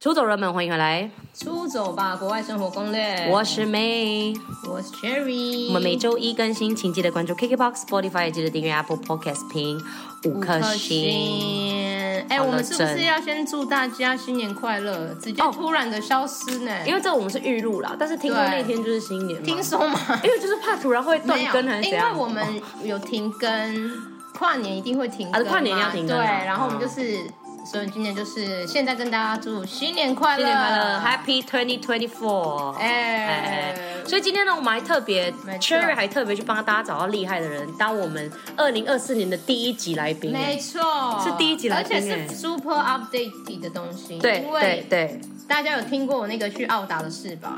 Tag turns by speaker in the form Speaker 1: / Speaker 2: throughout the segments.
Speaker 1: 出走人们，欢迎回来，
Speaker 2: 出走吧，国外生活攻略。
Speaker 1: 我是 May。
Speaker 2: 我是 Cherry，
Speaker 1: 我们每周一更新，请记得关注 KKBOX、Spotify，也记得订阅 Apple Podcast，评五
Speaker 2: 五
Speaker 1: 颗
Speaker 2: 颗
Speaker 1: 星。
Speaker 2: 星。哎、
Speaker 1: 好了
Speaker 2: 我们是不
Speaker 1: 真
Speaker 2: 是要先祝大家新年快乐？直接
Speaker 1: 哦
Speaker 2: 突然的消失呢？
Speaker 1: 因为这个我们是预录啦，但是听说那天就是新年嘛，
Speaker 2: 听说嘛，
Speaker 1: 因为就是怕突然会断
Speaker 2: 没有
Speaker 1: 更还是
Speaker 2: 因
Speaker 1: 怎
Speaker 2: 为
Speaker 1: 样。
Speaker 2: 我们有停更，跨年一定会停
Speaker 1: 啊
Speaker 2: 更嘛，
Speaker 1: 跨年一定要停更啊
Speaker 2: 对，然后我们就是，所以今年就是现在跟大家祝新年快乐，
Speaker 1: 新年快乐，Happy Twenty Twenty Four！
Speaker 2: 呃哎、
Speaker 1: 所以今天呢，我们还特别
Speaker 2: 没错
Speaker 1: ，Cherry 还特别去帮大家找到厉害的人，当我们二零二四年的第一集来宾。
Speaker 2: 没错，
Speaker 1: 是第一集来
Speaker 2: 而
Speaker 1: 宾
Speaker 2: 且
Speaker 1: 哎
Speaker 2: 是 super update 的东西，
Speaker 1: 对
Speaker 2: 因
Speaker 1: 对
Speaker 2: 为
Speaker 1: 对，
Speaker 2: 大家有听过我那个去澳达的事吧？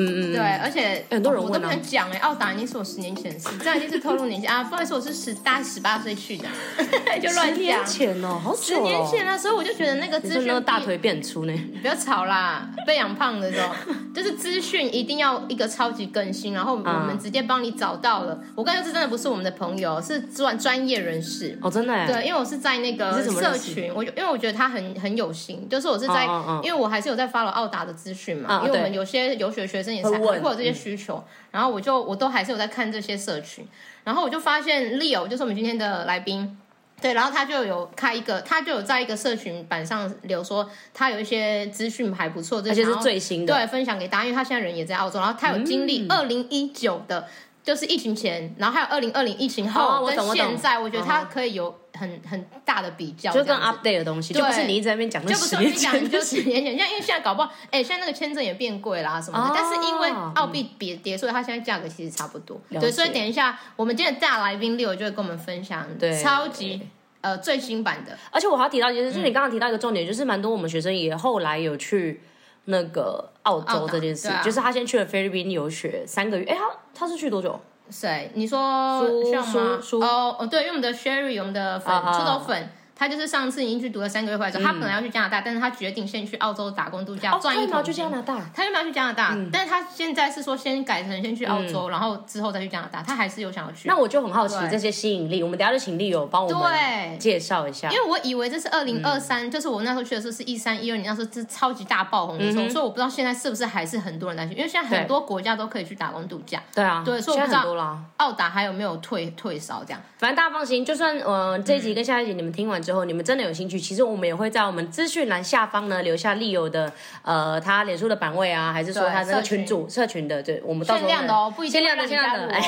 Speaker 1: 嗯嗯
Speaker 2: 对，
Speaker 1: 嗯，
Speaker 2: 而且
Speaker 1: 很多人问啊
Speaker 2: 我都不能讲哎、奥达已经是我十年前的事，这样已经是透露年纪啊！不好意思，我是十大十八岁去的， 就乱
Speaker 1: 十年
Speaker 2: 讲。
Speaker 1: 前哦，好久哦
Speaker 2: 十年前，了，所以我就觉得那个
Speaker 1: 你
Speaker 2: 资
Speaker 1: 说
Speaker 2: 讯
Speaker 1: 那个大
Speaker 2: 一
Speaker 1: 腿变粗呢？
Speaker 2: 不要吵啦，被养胖的时候，就是资讯一定要一个超级更新，然后我
Speaker 1: 嗯
Speaker 2: 们直接帮你找到了。我刚才是真的不是我们的朋友，是专专业人士。
Speaker 1: 哦，真的耶，
Speaker 2: 对，因为我是在那
Speaker 1: 你
Speaker 2: 个
Speaker 1: 是怎么认
Speaker 2: 社
Speaker 1: 识
Speaker 2: 群，我就因为我觉得他很很有心，就是我是在，
Speaker 1: 嗯嗯嗯
Speaker 2: 因为我还是有在 follow 奥达的资讯嘛，
Speaker 1: 嗯
Speaker 2: 因为我
Speaker 1: 对
Speaker 2: 们有些留学学生也才
Speaker 1: 会问
Speaker 2: 会有这些需求，然后我就我都还是有在看这些社群，然后我就发现 Leo 就是我们今天的来宾。对，然后他就有开一个，他就有在一个社群版上留说，他有一些资讯还不错，这
Speaker 1: 而且
Speaker 2: 些
Speaker 1: 是最新的。嗯
Speaker 2: 对，分享给大家，因为他现在人也在澳洲，然后他有经历二零一九的，就是疫情前，然后还有二零二零疫情后、
Speaker 1: 哦我懂我懂
Speaker 2: 跟现在，我觉得他可以有很很大的比较，
Speaker 1: 就跟
Speaker 2: 这样子
Speaker 1: update 的东西，
Speaker 2: 对
Speaker 1: 就不是你一直在那边讲那
Speaker 2: 就不是
Speaker 1: 十
Speaker 2: 我
Speaker 1: 年
Speaker 2: 跟你讲，
Speaker 1: 前
Speaker 2: 你就
Speaker 1: 的
Speaker 2: 十
Speaker 1: 事。
Speaker 2: 年前，像因为现在搞不好，哎、现在那个签证也变贵啦、什么的，
Speaker 1: 哦
Speaker 2: 但是因为澳币跌跌，所以它现在价格其实差不多。
Speaker 1: 了解
Speaker 2: 对，所以等一下我们今天的大来宾六就会跟我们分享
Speaker 1: 对
Speaker 2: 超级呃最新版的，
Speaker 1: 而且我还要提到，就是
Speaker 2: 嗯
Speaker 1: 你刚刚提到一个重点，就是蛮多我们学生也后来有去那个澳
Speaker 2: 澳
Speaker 1: 洲
Speaker 2: 岛
Speaker 1: 这件事，
Speaker 2: 对啊
Speaker 1: 就是他先去了菲律宾游学三个月，哎，他他是去多久？
Speaker 2: 谁？你说
Speaker 1: 苏
Speaker 2: 像吗？
Speaker 1: 苏苏
Speaker 2: 哦哦，对，因为我们的 Sherry，我们的粉
Speaker 1: 啊啊嗯
Speaker 2: 出走粉，他就是上次已经去读了三个月回来之后，他本来要去加拿大，但是他决定先去澳洲打工度假
Speaker 1: 哦，他
Speaker 2: 啊赚一
Speaker 1: 有没有
Speaker 2: 桶
Speaker 1: 去加
Speaker 2: 金。
Speaker 1: 拿大？
Speaker 2: 他原本要去加拿大，
Speaker 1: 嗯
Speaker 2: 但是他现在是说先改成先去澳洲，然后之后再去加拿大，他还是有想要去。
Speaker 1: 那我就很好奇
Speaker 2: 对
Speaker 1: 这些吸引力，我们等一下就请丽友帮我们嗯
Speaker 2: 对
Speaker 1: 介绍一下
Speaker 2: 因。为我以为这是二零二三，就是我那时候去的时候是一三一二年，那时候是超级大爆红的时
Speaker 1: 嗯
Speaker 2: 候，所以我不知道现在是不是还是很多人在去，因为现在
Speaker 1: 对
Speaker 2: 很多国家都可以去打工度假，
Speaker 1: 对啊，
Speaker 2: 对所以
Speaker 1: 现在
Speaker 2: 我不知道
Speaker 1: 很多啦。
Speaker 2: 澳打还有没有退退烧这样？
Speaker 1: 反正大家放心，就算呃这一集跟下一集你们听完之后，你们真的有兴趣，其实我们也会在我们资讯栏下方呢留下利友的呃他脸书的版位啊，还是说
Speaker 2: 对
Speaker 1: 他那个
Speaker 2: 社群
Speaker 1: 群主社群的，对我们到时
Speaker 2: 限
Speaker 1: 候
Speaker 2: 量的哦，不一定
Speaker 1: 限量的
Speaker 2: 会
Speaker 1: 限
Speaker 2: 让你
Speaker 1: 量的，
Speaker 2: 加入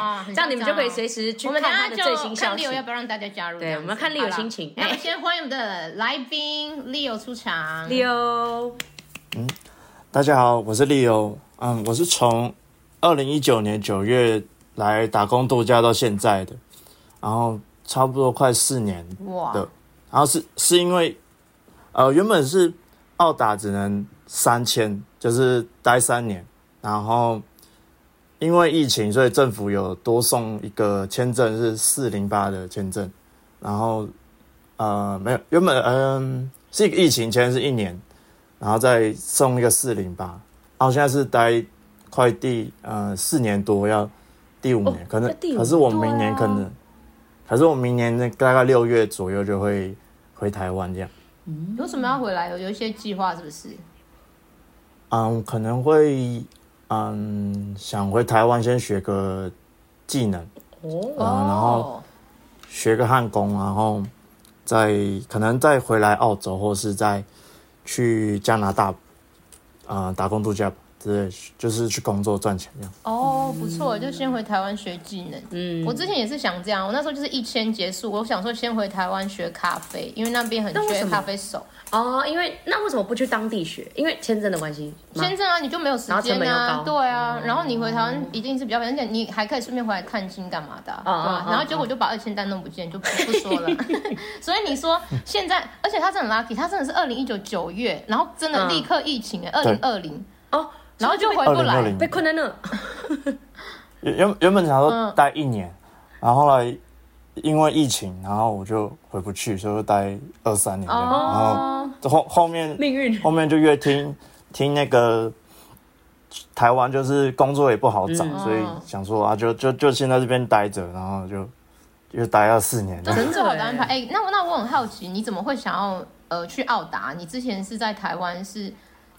Speaker 2: 哦啊
Speaker 1: 哎，
Speaker 2: 很
Speaker 1: 这样你们就可以
Speaker 2: 像这样
Speaker 1: 随时去
Speaker 2: 我们
Speaker 1: 看
Speaker 2: 等
Speaker 1: 他
Speaker 2: 下
Speaker 1: 的
Speaker 2: 就
Speaker 1: 最新消
Speaker 2: 看
Speaker 1: 息
Speaker 2: Leo。要不要让大家加入这
Speaker 1: 对
Speaker 2: 样子。
Speaker 1: 我们看 Leo
Speaker 2: 好啦
Speaker 1: 心情
Speaker 2: 那我们
Speaker 1: 哎
Speaker 2: 先欢迎我们的来宾 Leo 出场。
Speaker 1: Leo，
Speaker 3: 大家好，我是利欧。嗯，我是从二零一九年九月来打工度假到现在的，然后差不多快四年。
Speaker 2: 哇
Speaker 3: 对然后是是因为，呃，原本是澳打只能三千，就是待三年，然后因为疫情，所以政府有多送一个签证是四零八的签证，然后呃没有，原本嗯、是一个疫情签是一年，然后再送一个四零八，然后现在是待快第呃四年多要第五年，
Speaker 1: 哦
Speaker 3: 可能
Speaker 1: 要第五
Speaker 3: 可是我
Speaker 1: 对啊
Speaker 3: 明年可能。可是我明年那大概六月左右就会回台湾这样。
Speaker 2: 有什么要回来？有有一些计划是不是？
Speaker 3: 嗯，可能会嗯想回台湾先学个技能，
Speaker 1: 哦，
Speaker 3: 啊然后学个焊工，然后再可能再回来澳洲，或是再去加拿大，啊、打工度假之类，就是去工作赚钱这样。
Speaker 2: 哦，不错，就
Speaker 1: 嗯
Speaker 2: 先回台湾学技能。嗯，我之前也是想这样，我那时候就是一千结束，我想说先回台湾学咖啡，因为那边很
Speaker 1: 那为什
Speaker 2: 缺
Speaker 1: 么
Speaker 2: 咖啡手。
Speaker 1: 哦，因为那为什么不去当地学？因为签证的关系吗？
Speaker 2: 签证啊，你就没有时
Speaker 1: 然后成
Speaker 2: 间
Speaker 1: 本又
Speaker 2: 啊
Speaker 1: 高，哦
Speaker 2: 对啊，然后你回台湾一定是比较远，而且你还可以顺便回来探亲干嘛的啊，
Speaker 1: 嗯嗯
Speaker 2: 对啊
Speaker 1: 嗯
Speaker 2: 然后结果就把二千单弄不见，就不不说 了。所以你说现在，而且他真的很 lucky，他真的是二零一九九月，然后真的
Speaker 1: 嗯
Speaker 2: 立刻疫情哎，二零二零，
Speaker 1: 哦，
Speaker 2: 然后就回
Speaker 3: 二
Speaker 2: 不
Speaker 3: 零二
Speaker 2: 来
Speaker 3: 零
Speaker 1: 被困在那，
Speaker 3: 原原本想说
Speaker 2: 嗯
Speaker 3: 待一年，然后后来因为疫情，然后我就回不去，所以就待二三年这样。
Speaker 2: 哦。
Speaker 3: 然后后后面
Speaker 1: 命运
Speaker 3: 后面就越听听那个台湾就是工作也不好找，所以想说啊，就就就先在这边待着，然后就就待了四年
Speaker 2: 这
Speaker 3: 了。
Speaker 2: 是最好的安排。哎、那我那我很好奇，你怎么会想要呃去澳达？你之前是在台湾是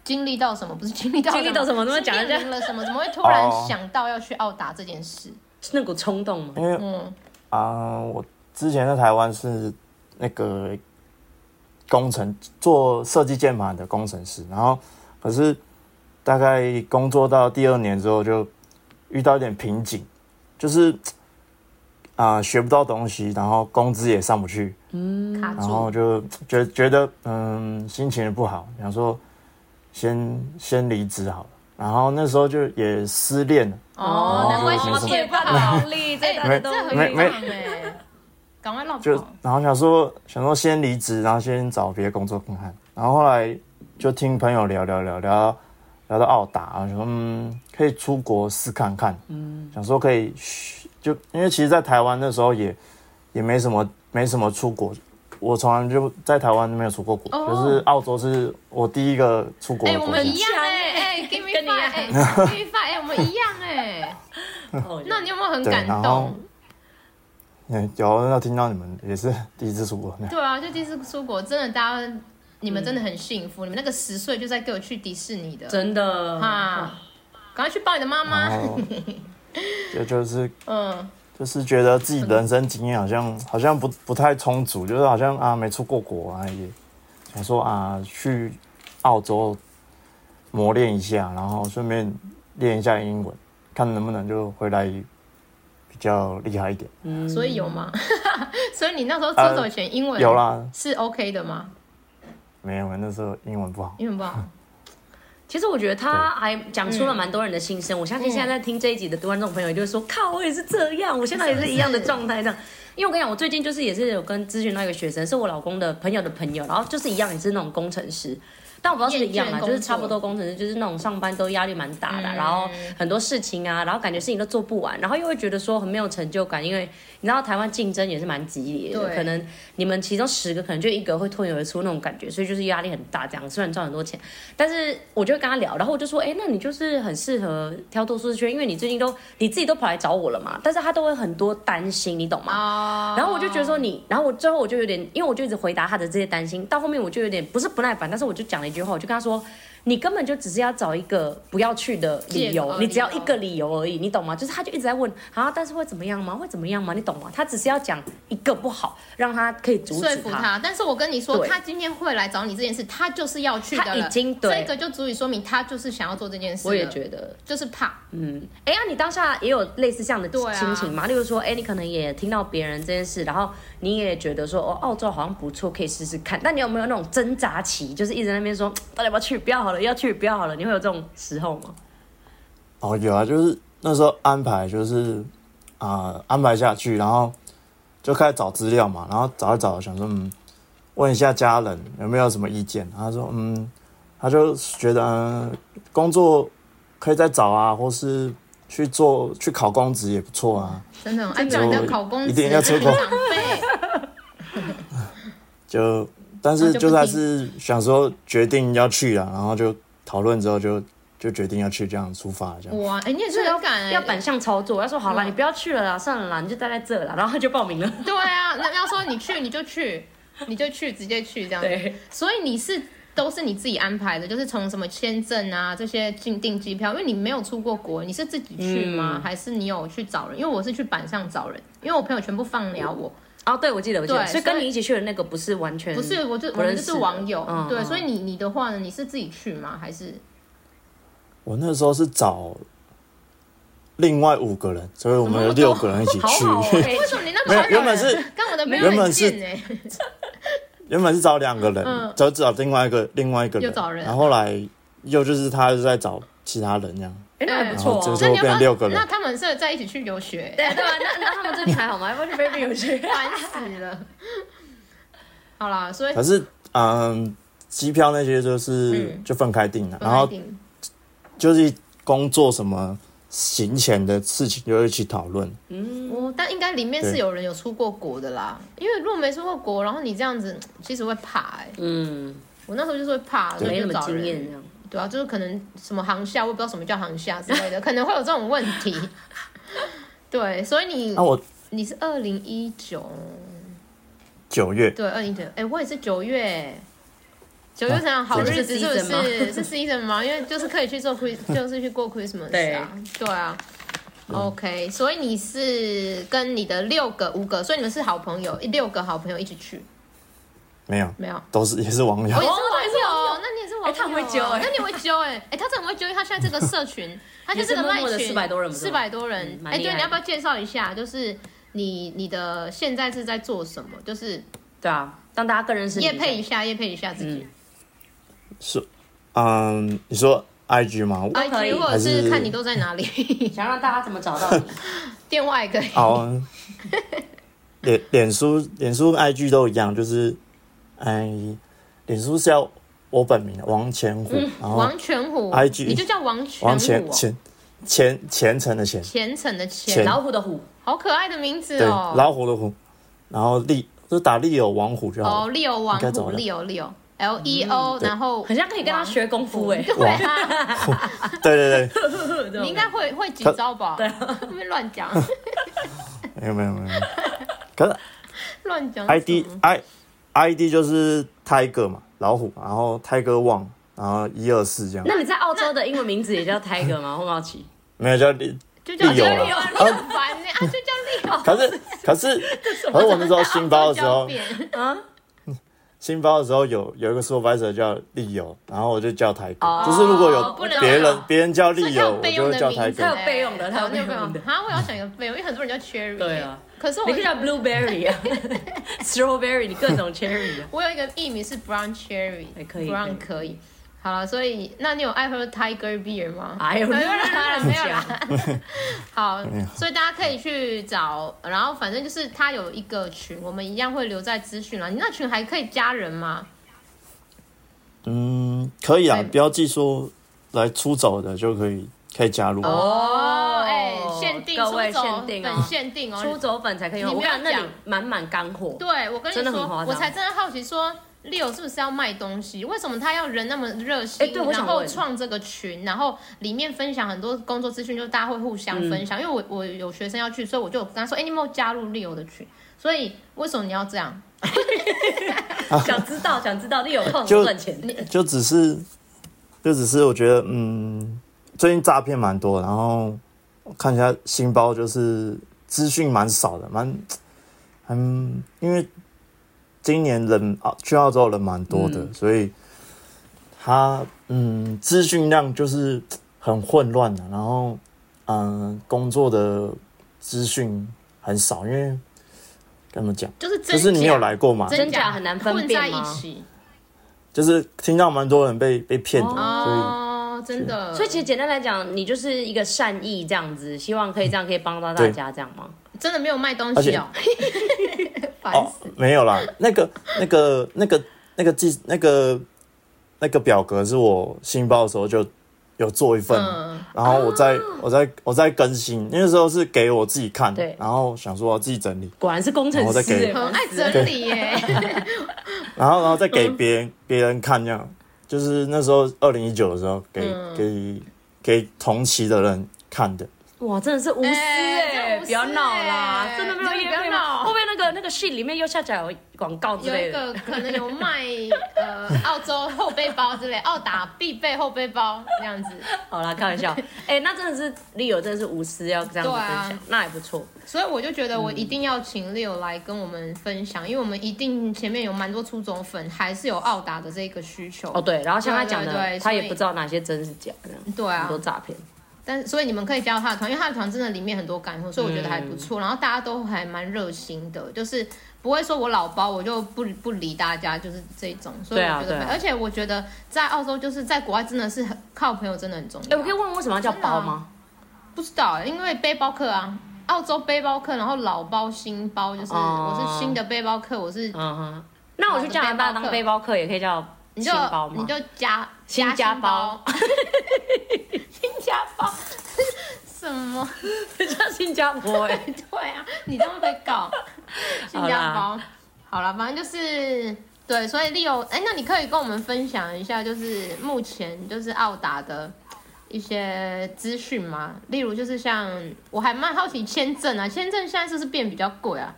Speaker 2: 经历到什么？不是经历到
Speaker 1: 经历到什么
Speaker 2: 是
Speaker 1: 怎么讲
Speaker 2: 面
Speaker 1: 这样
Speaker 2: 临了什么？怎么会突然
Speaker 3: 哦
Speaker 2: 想到要去澳达这件事？
Speaker 1: 是那股冲动吗？
Speaker 3: 因为
Speaker 2: 嗯，
Speaker 3: 啊、我之前在台湾是那个工程做设计键盘的工程师，然后可是大概工作到第二年之后就遇到一点瓶颈，就是啊、学不到东西，然后工资也上不去，
Speaker 2: 卡
Speaker 3: 然后
Speaker 2: 住。
Speaker 3: 就觉觉得嗯心情也不好，想说先先离职好了。然后那时候就也失恋了，
Speaker 2: 哦，难怪心
Speaker 3: 没什么
Speaker 2: 情也不好
Speaker 1: 好。力，最大的
Speaker 2: 哎这
Speaker 1: 动
Speaker 2: 很
Speaker 1: 力。
Speaker 3: 没没
Speaker 2: 棒哎，赶快绕
Speaker 3: 就
Speaker 2: 跑。
Speaker 3: 然后想说想说先离职，然后先找别的工作看看。然后后来就听朋友聊聊聊聊聊到澳达，然后想说嗯可以出国试看看，嗯，想说可以学就因为其实，在台湾那时候也也没什么没什么出国，我从来就在台湾没有出过国，
Speaker 2: 哦
Speaker 3: 就是澳洲是我第一个出国
Speaker 2: 哎、
Speaker 3: 的
Speaker 2: 我
Speaker 3: 国
Speaker 2: 们
Speaker 3: 家。
Speaker 2: 一样哎、哎、g i v e
Speaker 1: 跟你
Speaker 2: me five，哎、g i v e me five，哎、我们一样哎、
Speaker 1: 哦
Speaker 2: 那你有没有很
Speaker 3: 对
Speaker 2: 感
Speaker 3: 然后
Speaker 2: 动？
Speaker 3: 嗯，有那听到你们也是第一次出国，
Speaker 2: 对啊，就第一次出国，真的，大家你们真的很幸福，你们那个十岁就在给我去迪士尼的，
Speaker 1: 真的
Speaker 2: 啊，赶快去抱你的妈
Speaker 3: 然
Speaker 2: 妈。
Speaker 1: 哦
Speaker 3: 后这就是
Speaker 2: 嗯，
Speaker 3: 就是觉得自己人生经验好像好像不不太充足，就是好像啊没出过国啊，也想说啊去澳洲磨练一下，然后顺便练一下英文，看能不能就回来比较厉害一 点。
Speaker 2: 所以有吗？ 所以你那时候
Speaker 1: 呃
Speaker 2: 出走前英文
Speaker 3: 有啦，
Speaker 2: 是 OK 的吗？
Speaker 3: 没有，那时候英文不好。
Speaker 2: 英文 不好，
Speaker 1: 其实我觉得他还讲出了蛮多人的心声。我相信现在在听这一集的观众朋友，就会说：“靠，我也是这样，我现在也嗯是一样的状态这样。”因为我跟你讲，我最近就是也是有跟咨询到一个学生，是我老公的朋友的朋友，然后就是一样也是那种工程师，但我不知道是不是一样
Speaker 2: 厌倦
Speaker 1: 啊，
Speaker 2: 工
Speaker 1: 就
Speaker 2: 作
Speaker 1: 是差不多工程师，就是那种上班都压力蛮大的，然后很多事情啊，然后感觉事情都做不完，然后又会觉得说很没有成就感，因为你知道台湾竞争也是蛮激烈的，
Speaker 2: 对
Speaker 1: 可能你们其中十个可能就一个会脱颖而出那种感觉，所以就是压力很大这样。虽然赚很多钱，但是我就会跟他聊，然后我就说，哎、那你就是很适合挑多舒适圈，因为你最近都你自己都跑来找我了嘛，但是他都会很多担心，你懂吗？
Speaker 2: 哦
Speaker 1: 然后我就觉得说你，然后我最后我就有点，因为我就一直回答他的这些担心，到后面我就有点不是不耐烦，但是我就讲了一句话，我就跟他说，你根本就只是要找一个不要去的理
Speaker 2: 借
Speaker 1: 由
Speaker 2: 口，
Speaker 1: 你只要
Speaker 2: 理
Speaker 1: 一
Speaker 2: 由
Speaker 1: 个理由而已，你懂吗？就是他就一直在问啊，但是会怎么样吗？会怎么样吗？你懂吗？他只是要讲一个不好，让他可以阻
Speaker 2: 说
Speaker 1: 止
Speaker 2: 服他，但是我跟你说，
Speaker 1: 对
Speaker 2: 他今天会来找你这件事，他就是要去的了，
Speaker 1: 他已经对
Speaker 2: 这个就足以说明他就是想要做这件事了。
Speaker 1: 我也觉得，
Speaker 2: 就是怕，
Speaker 1: 嗯，哎、呀、你当下也有类似这样的
Speaker 2: 对啊
Speaker 1: 心情吗？例如说，哎、你可能也听到别人这件事，然后你也觉得说，哦，澳洲好像不错，可以试试看。但你有没有那种挣扎期，就是一直在那边说，到底要不要去？不要好了，要去不要好了，你会有这种时候吗？
Speaker 3: 哦，有啊，就是那时候安排就是啊、安排下去，然后就开始找资料嘛，然后找一找，想说嗯，问一下家人有没有什么意见。然后他说嗯，他就觉得、嗯工作可以再找啊，或是去做去考公职也不错啊，
Speaker 2: 真的很爱
Speaker 3: 就
Speaker 2: 讲你的考公
Speaker 3: 一
Speaker 2: 职，
Speaker 3: 定要出国。
Speaker 2: 长辈，
Speaker 3: 就但
Speaker 2: 然
Speaker 3: 是
Speaker 2: 后就不
Speaker 3: 就是还
Speaker 2: 听
Speaker 3: 是想说决定要去了，然后就讨论之后就就决定要去这样出发这 样。
Speaker 2: 哇，哎、你也是
Speaker 1: 要
Speaker 2: 很敢、欸，
Speaker 1: 要反向操作，要说好
Speaker 2: 嗯
Speaker 1: 啦，你不要去了啦，算了啦，你就待在这啦，然后他就报名了。
Speaker 2: 对啊，那要说你去你就去，你就去直接去这样。
Speaker 1: 对，
Speaker 2: 所以你是都是你自己安排的，就是从什么签证啊这些订订机票，因为你没有出过国，你是自己去吗？
Speaker 3: 嗯
Speaker 2: 还是你有去找人？因为我是去板上找人，因为我朋友全部放了我，
Speaker 1: 哦，对，我记得，我记
Speaker 2: 对
Speaker 1: 得，所以跟
Speaker 2: 所以
Speaker 1: 你一起去的那个不是完全
Speaker 2: 不是我就我
Speaker 1: 不
Speaker 2: 们
Speaker 1: 认
Speaker 2: 就
Speaker 1: 识
Speaker 2: 是网友，
Speaker 1: 嗯
Speaker 2: 对，
Speaker 1: 嗯
Speaker 2: 所以你你的话呢，你是自己去吗？还是
Speaker 3: 我那时候是找另外五个人，所以我们有六个人一起
Speaker 1: 好
Speaker 3: 去。
Speaker 1: 好、哦，哎
Speaker 2: 为什么你那
Speaker 3: 没有
Speaker 2: 么
Speaker 3: 原本是
Speaker 2: 跟我的朋友
Speaker 3: 原
Speaker 2: 很
Speaker 3: 本是
Speaker 2: 近哎、
Speaker 3: 原本是找两个人
Speaker 2: 嗯，
Speaker 3: 找、找另外一个另外一个人，
Speaker 2: 又找人
Speaker 3: 然后后来又就是他就在找其他人这样。
Speaker 1: 哎那还不
Speaker 2: 然
Speaker 1: 错、
Speaker 3: 后
Speaker 1: 哦，
Speaker 3: 这
Speaker 2: 那
Speaker 3: 最
Speaker 2: 你
Speaker 3: 后
Speaker 2: 要
Speaker 3: 变
Speaker 2: 不
Speaker 3: 六个
Speaker 2: 要？
Speaker 3: 人
Speaker 2: 那，他们是在一起去留学，
Speaker 1: 对对吧？那那他们最近还好吗？要不要去菲律宾游学？
Speaker 2: 烦死了。好啦，所以
Speaker 3: 可是嗯，机票那些就是、
Speaker 2: 嗯
Speaker 3: 就分开订了，
Speaker 2: 本
Speaker 3: 然
Speaker 2: 来
Speaker 3: 后
Speaker 2: 定
Speaker 3: 就是工作什么行前的事情就一起讨论。
Speaker 2: 哦，但应该里面是
Speaker 3: 对
Speaker 2: 有人有出过国的啦，因为如果没出过国，然后你这样子，其实会怕哎、
Speaker 1: 嗯，
Speaker 2: 我那时候就是会怕，所以
Speaker 1: 没
Speaker 2: 就
Speaker 1: 什么
Speaker 2: 找
Speaker 1: 经
Speaker 2: 人
Speaker 1: 验这样。
Speaker 2: 对啊，就是可能什么航校，我也不知道什么叫航校之类的，可能会有这种问题。对，所以你
Speaker 3: 那、我
Speaker 2: 你是二零一九，
Speaker 3: 九月
Speaker 2: 对，二零九，哎，我也是九月。九月才有好日子，
Speaker 1: 哦是
Speaker 2: 是不
Speaker 1: season 吗
Speaker 2: 是？是 season 吗？因为就是可以去 做 Chris，就是去过 Christmas 啊，对啊。OK，所以
Speaker 1: 嗯
Speaker 2: 你是跟你的六个、五个，所以你们是好朋友，六个好朋友一起去，
Speaker 3: 没有，
Speaker 2: 没有？
Speaker 3: 都是也是网友
Speaker 2: 我也。是
Speaker 1: 哦
Speaker 2: 网
Speaker 1: 也是网
Speaker 2: 友
Speaker 1: 友，
Speaker 2: 那你也是网友啊，
Speaker 1: 哎他很会揪哎
Speaker 2: 那你会揪哎，哎，他真的很会揪，因为他现在这个社群， 他就是个
Speaker 1: 也是默
Speaker 2: 赖
Speaker 1: 默地
Speaker 2: 群，
Speaker 1: 400多人不是
Speaker 2: 四
Speaker 1: 吗
Speaker 2: 百多人
Speaker 1: 嗯，蛮
Speaker 2: 哎，
Speaker 1: 厉害
Speaker 2: 对，
Speaker 1: 的
Speaker 2: 你要不要介绍一下？就是你你的现在是在做什么？就是
Speaker 1: 对啊，让大家更认识你
Speaker 2: 叶配一下，叶配一下自
Speaker 1: 嗯
Speaker 2: 己
Speaker 3: 是，嗯，你说 IG 吗？
Speaker 2: 啊，
Speaker 1: 可以
Speaker 2: 如果
Speaker 3: 还
Speaker 2: 是
Speaker 3: 是
Speaker 2: 看你都在哪里，
Speaker 1: 想让大家怎么 找到你？
Speaker 2: 电话也可以。
Speaker 3: 好， 嗯脸脸书、脸书、IG 都一样，就是，哎，脸书是要我本名王前虎，然后
Speaker 2: 王全虎
Speaker 3: IG
Speaker 2: 你就叫嗯王全虎、哦，哦
Speaker 3: 王前前前虔诚的虔，
Speaker 2: 虔诚的虔，
Speaker 3: 虔
Speaker 1: 老虎的虎，
Speaker 2: 好可爱的名字
Speaker 3: 对，
Speaker 2: 哦。
Speaker 3: 老虎的虎，然后利就打利友王虎就好
Speaker 2: 哦
Speaker 3: 了，
Speaker 2: ，Leo 王
Speaker 3: 应该怎
Speaker 2: 虎
Speaker 3: 么了嗯
Speaker 2: ，Leo Leo L E O，然后
Speaker 1: 很像可以跟他学功夫哎。
Speaker 2: 对啊。
Speaker 3: 对对对，
Speaker 2: 你应该会会几招吧？
Speaker 1: 啊
Speaker 2: 对，会乱 讲，
Speaker 3: 没有没有没有，可是
Speaker 2: 乱讲什么。
Speaker 3: ID I ID 就是 Tiger 嘛，老虎，然后 Tiger 旺，然后一二四这 样，
Speaker 1: 那你在澳洲的英文名字也叫 Tiger 吗？我很好奇。
Speaker 3: 没有叫利
Speaker 2: 就叫
Speaker 3: 利友
Speaker 2: 利友，
Speaker 3: 啊
Speaker 2: 你很烦 呢啊，就叫利友。
Speaker 3: 可是 可是可是我那时候新包的时
Speaker 2: 澳洲教
Speaker 3: 候，
Speaker 2: 变
Speaker 3: 新包的时候有有一个 supervisor 叫利友，然后我就叫台哥，
Speaker 1: 哦
Speaker 3: 就是如果有
Speaker 2: 不能
Speaker 3: 别人
Speaker 2: 叫
Speaker 3: 别人叫利
Speaker 2: 所以他
Speaker 3: 友，
Speaker 2: 有
Speaker 3: 啊我
Speaker 2: 备
Speaker 3: 就
Speaker 2: 用
Speaker 3: 会
Speaker 2: 的
Speaker 3: 叫
Speaker 2: 名
Speaker 3: 台
Speaker 2: 字
Speaker 3: 哥
Speaker 1: 他。有备用的他有
Speaker 2: 有备
Speaker 1: 备用的
Speaker 2: 啊，我要想一个备用，因为很多人叫 Cherry。
Speaker 1: 对啊，
Speaker 2: 可是我
Speaker 1: 你可以叫 Blueberry 啊 ，Strawberry，你各种 Cherry 啊。
Speaker 2: 我有一个艺名是 Brown Cherry，
Speaker 1: 哎可以
Speaker 2: Brown
Speaker 1: 可以
Speaker 2: 可以。好了，所以那你有爱喝 Tiger Beer 吗？
Speaker 1: 哎呦，
Speaker 2: 没有啦没有
Speaker 1: 啦。
Speaker 2: 啦。好，所以大家可以去找，然后反正就是他有一个群，我们一样会留在资讯栏。你那群还可以加人吗？
Speaker 3: 嗯，可以啊
Speaker 2: 对，
Speaker 3: 标记说来出走的就可以可以加入。
Speaker 2: 哦，哎，限定
Speaker 1: 各位
Speaker 2: 出走
Speaker 1: 限定哦
Speaker 2: 很限定哦。
Speaker 1: 出走粉才可以用。
Speaker 2: 你
Speaker 1: 我
Speaker 2: 不要
Speaker 1: 看那
Speaker 2: 讲
Speaker 1: 里满满干货，
Speaker 2: 对，我跟你
Speaker 1: 真的很
Speaker 2: 说
Speaker 1: 夸，张
Speaker 2: 我才真的好奇说。Leo 是不是要卖东西？为什么他要人那么热心？
Speaker 1: 哎对我
Speaker 2: 然
Speaker 1: 想
Speaker 2: 后
Speaker 1: 问
Speaker 2: 创这个群，然后里面分享很多工作资讯，就大家会互相分
Speaker 1: 嗯
Speaker 2: 享。因为我我有学生要去，所以我就有跟他说：“哎、你有没有加入 Leo 的群？”所以为什么你要这样？
Speaker 1: 想知道想知道，你有空
Speaker 3: 啊就
Speaker 1: 赚钱。嗯
Speaker 3: 就只是，就只是我觉得，嗯，最近诈骗蛮多，然后我看一下新包就是资讯蛮少的，蛮，嗯，因为今年人啊去澳洲人蛮多
Speaker 2: 嗯
Speaker 3: 的，所以他嗯资讯量就是很混乱的，然后嗯工作的资讯很少，因为怎么讲，
Speaker 2: 就是真
Speaker 3: 就是你有
Speaker 2: 假
Speaker 3: 来过嘛，
Speaker 1: 真假很难分辨
Speaker 2: 混在
Speaker 1: 吗
Speaker 2: 一起
Speaker 3: 就是听到蛮多人被被骗的，所以。
Speaker 2: 哦，真的。
Speaker 1: 所以其实简单来讲，你就是一个善意这样子，希望可以这样可以帮到大家这样吗？
Speaker 2: 真的没有卖东西哦， 烦
Speaker 3: 哦
Speaker 2: 死！，
Speaker 3: 没有啦，那个、那个、那个、那个记、那个、那个表格是我新报的时候就有做
Speaker 1: 哦
Speaker 3: 一份，
Speaker 2: 嗯
Speaker 3: 然后我再、我再我再更新，那时候是给我自己看，
Speaker 1: 对
Speaker 3: 然后想说要自己整理，
Speaker 1: 果然是工程
Speaker 3: 然后再
Speaker 1: 师、
Speaker 3: 给
Speaker 1: 欸，
Speaker 2: 很爱
Speaker 1: 烦死了
Speaker 2: 整理耶。
Speaker 3: 然后然后再给别人别、人看这样，就是那时候二零一九的时候给、给给同期的人看的，
Speaker 1: 哇，真的是无私哎、
Speaker 2: 哎真无私
Speaker 1: 不要闹啦，
Speaker 2: 哎
Speaker 1: 真的没有
Speaker 2: 真的
Speaker 1: 业
Speaker 2: 不要
Speaker 1: 配
Speaker 2: 闹
Speaker 1: 吗？后面那个那个信里面右下角有广告之
Speaker 2: 有
Speaker 1: 类
Speaker 2: 一
Speaker 1: 的，
Speaker 2: 个可能有卖呃澳洲后背包之类，澳打必备后背包这样 子。
Speaker 1: 好啦，开玩 笑，哎、那真的是 Leo 真的是无私要这样子分
Speaker 2: 对啊
Speaker 1: 享，那也不错，
Speaker 2: 所以我就觉得我一定要请 Leo 来跟我们分享，因为我们一定前面有蛮多出走粉，还是有澳打的这个需求。
Speaker 1: 哦对，然后像他讲的，
Speaker 2: 对对对
Speaker 1: 他也
Speaker 2: 所以
Speaker 1: 不知道哪些真是假的，
Speaker 2: 对啊，
Speaker 1: 很多诈骗。
Speaker 2: 但所以你们可以加入他的团，因为他的团真的里面很多干货，所以我觉得还不错。然后大家都还蛮热心的，就是不会说我老包我就不不理大家，就是这种。所以
Speaker 1: 对
Speaker 2: 我
Speaker 1: 啊
Speaker 2: 觉得没，
Speaker 1: 对啊
Speaker 2: 而且我觉得在澳洲就是在国外真的是很靠朋友真的很重要。
Speaker 1: 哎、我可以问为什么要叫包吗？
Speaker 2: 不知道，欸因为背包客啊，澳洲背包客，然后老包新包，就是
Speaker 1: 哦
Speaker 2: 我是新的啊背包客，我是
Speaker 1: 嗯哼，那我去加拿大当背包客也可以叫
Speaker 2: 你
Speaker 1: 新
Speaker 2: 就
Speaker 1: 包吗？
Speaker 2: 你就加
Speaker 1: 新
Speaker 2: 加
Speaker 1: 加
Speaker 2: 新
Speaker 1: 包
Speaker 2: 包， 新加包 什么？
Speaker 1: 叫新加 坡哎、
Speaker 2: 对啊，你这样被告，新加坡。好了，反正就是对，所以 Leo，哎、那你可以跟我们分享一下，就是目前就是澳达的一些资讯吗？例如就是像我还蛮好奇签证啊，签证现在是不是变比较贵啊？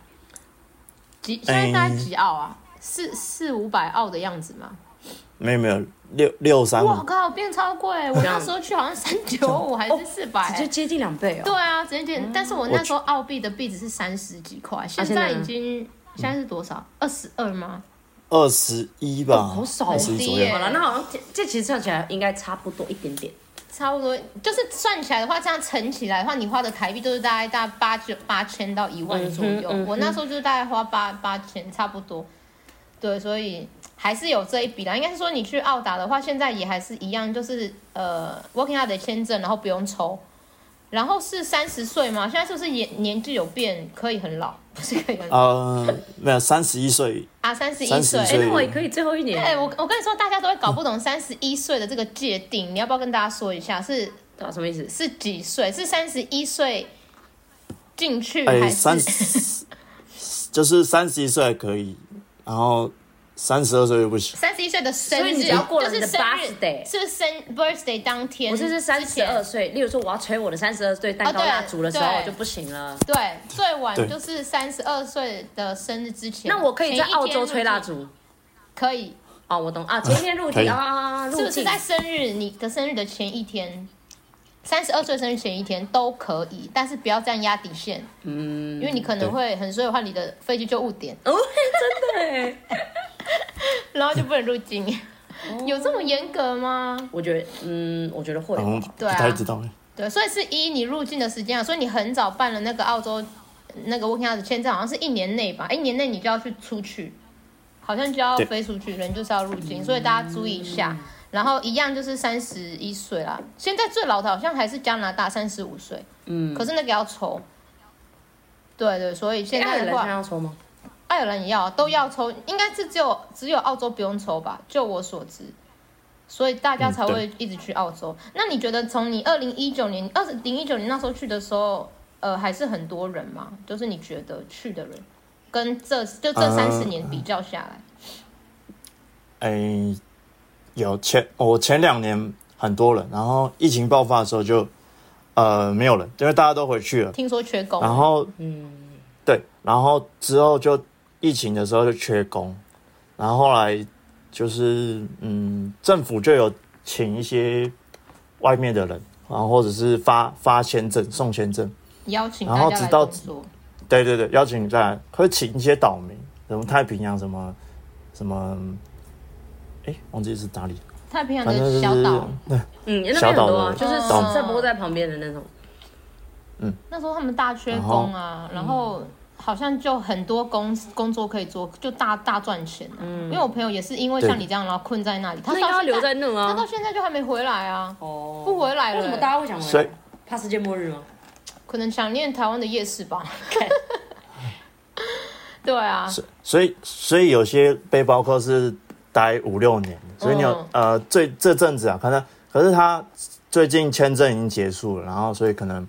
Speaker 2: 几现在大概几澳啊？四四五百澳的样子吗？
Speaker 3: 没有没有六六三
Speaker 2: 我
Speaker 3: 五，
Speaker 2: 靠，变超贵！我那时候去好像三九五还是四百、
Speaker 1: 就接近两倍哦。
Speaker 2: 对啊，直接点。但是我那时候澳币的币值是三十几块，现
Speaker 1: 啊现在
Speaker 2: 在
Speaker 1: 呢
Speaker 2: 已经现在是多少？二十二吗？
Speaker 3: 二十一吧，
Speaker 1: 好少
Speaker 3: 二十一左
Speaker 2: 低耶
Speaker 3: 右
Speaker 1: 好。了，那好像这这其实算起来应该差不多一点点。
Speaker 2: 差不多，就是算起来的话，这样乘起来的话，你花的台币就是大概大概八九八千到一万左右。
Speaker 1: 嗯哼嗯哼
Speaker 2: 我那时候就大概花八八千，差不多。对，所以还是有这一笔啦。应该是说你去澳达的话，现在也还是一样，就是呃，working out 的签证，然后不用抽。然后是三十岁吗？现在是不是年年纪有变，可以很老？不是可以很
Speaker 1: 啊
Speaker 2: 老
Speaker 3: 呃，没有三十一岁，
Speaker 2: 啊，三十一
Speaker 3: 31
Speaker 2: 岁。
Speaker 1: 哎，
Speaker 3: 岁
Speaker 1: 那我也可以最后一
Speaker 2: 哎、
Speaker 1: 年，
Speaker 2: 我我跟你说，大家都会搞不懂三十一岁的这个界定，你要不要跟大家说一下？是
Speaker 1: 对啊什么意思？
Speaker 2: 是几岁？是三十一岁进去还
Speaker 3: 哎，
Speaker 2: 是？
Speaker 3: 三十就是三十一岁还可以，然后三十二岁又不行。
Speaker 2: 三十一岁的生
Speaker 1: 所以
Speaker 2: 日，
Speaker 1: 你只要过了
Speaker 2: 就是
Speaker 1: 你的
Speaker 2: 生日
Speaker 1: birthday
Speaker 2: 是生 birthday 当天，
Speaker 1: 我这是三十二。岁，例如说我要吹我的三十二岁蛋糕
Speaker 2: 哦对
Speaker 1: 蜡烛的时候
Speaker 2: 对
Speaker 1: 就不行了。
Speaker 2: 对，最晚
Speaker 3: 对
Speaker 2: 就是三十二岁的生日之前。
Speaker 1: 那我可以在澳洲吹蜡
Speaker 2: 前一天入境，
Speaker 1: 烛
Speaker 2: 可以，
Speaker 1: 哦，我懂啊，前一天入
Speaker 3: 可以
Speaker 1: 境啊，
Speaker 2: 是
Speaker 1: 入
Speaker 2: 不是
Speaker 1: 境
Speaker 2: 在生日你的生日的前一天？三十二岁生日前一天都可以，但是不要这样压底线，嗯，因为你可能会很衰的话，你的飞机就误点，
Speaker 1: 哦， 真的哎，
Speaker 2: 然后就不能入境。 有这么严格吗？
Speaker 1: 我觉得嗯，我觉得会吧，
Speaker 3: 嗯，不
Speaker 2: 对啊
Speaker 3: 太知道哎。
Speaker 2: 对，所以是依你入境的时间啊，所以你很早办了那个澳洲那个 working out 的签证，好像是一年内吧？一年内你就要去出去，好像就要
Speaker 3: 对
Speaker 2: 飞出去，人就是要入境，所以大家注意一下。然后一样就是三十一岁啦，现在最老的好像还是加拿大三十五岁，
Speaker 1: 嗯，
Speaker 2: 可是那个要抽。对对，所以现
Speaker 1: 爱尔兰
Speaker 2: 在的
Speaker 1: 现在
Speaker 2: 话，
Speaker 1: 要抽吗？
Speaker 2: 爱尔兰也要啊都要抽，应该是只有只有澳洲不用抽吧？就我所知，所以大家才会
Speaker 3: 嗯
Speaker 2: 一直去澳洲。那你觉得从你二零一九年、二零一九年那时候去的时候，呃，还是很多人吗？就是你觉得去的人，跟这就这
Speaker 3: 呃
Speaker 2: 三十年比较下来，
Speaker 3: 哎，有前我前两年很多人，然后疫情爆发的时候就呃没有人，因为大家都回去了。
Speaker 2: 听说缺工，
Speaker 3: 然后嗯，对，然后之后就疫情的时候就缺工，然后后来就是嗯，政府就有请一些外面的人，然后或者是发发签证送签证，
Speaker 2: 邀请
Speaker 3: 然
Speaker 2: 大
Speaker 3: 后
Speaker 2: 家来
Speaker 3: 直到
Speaker 2: 工作，
Speaker 3: 对对对，邀请再来，会请一些岛民，什么太平洋什么什么，哎，忘记是哪里，
Speaker 2: 太平洋
Speaker 3: 反正
Speaker 2: 的
Speaker 3: 就
Speaker 2: 啊小岛
Speaker 3: 是。
Speaker 1: 嗯，那边
Speaker 3: 小
Speaker 1: 很
Speaker 3: 岛
Speaker 1: 多啊，
Speaker 3: 的
Speaker 1: 就是
Speaker 2: 岛
Speaker 1: 散播在旁边的那种。
Speaker 2: 哦那时候他们大缺工啊，然后好像就很多工工作可以做，就大大赚钱、啊。因为我朋友也是因为
Speaker 3: 嗯对
Speaker 2: 像你这样，然后困在那里，他
Speaker 1: 那应该
Speaker 2: 到
Speaker 1: 要
Speaker 2: 现
Speaker 1: 留在那
Speaker 2: 他到
Speaker 1: 啊。
Speaker 2: 现在就还没回来啊，
Speaker 1: 哦，
Speaker 2: 不回来
Speaker 1: 为
Speaker 2: 了、
Speaker 1: 什么大家会想回
Speaker 3: 所
Speaker 1: 来
Speaker 3: 以？
Speaker 1: 怕世界末日吗？
Speaker 2: 可能想念台湾的夜市吧。 对啊，
Speaker 3: 所以所以有些背包客是待五六年的，所以你有、
Speaker 2: 嗯
Speaker 3: 呃最这阵子啊，可能可是他最近签证已经结束了，然后所以可能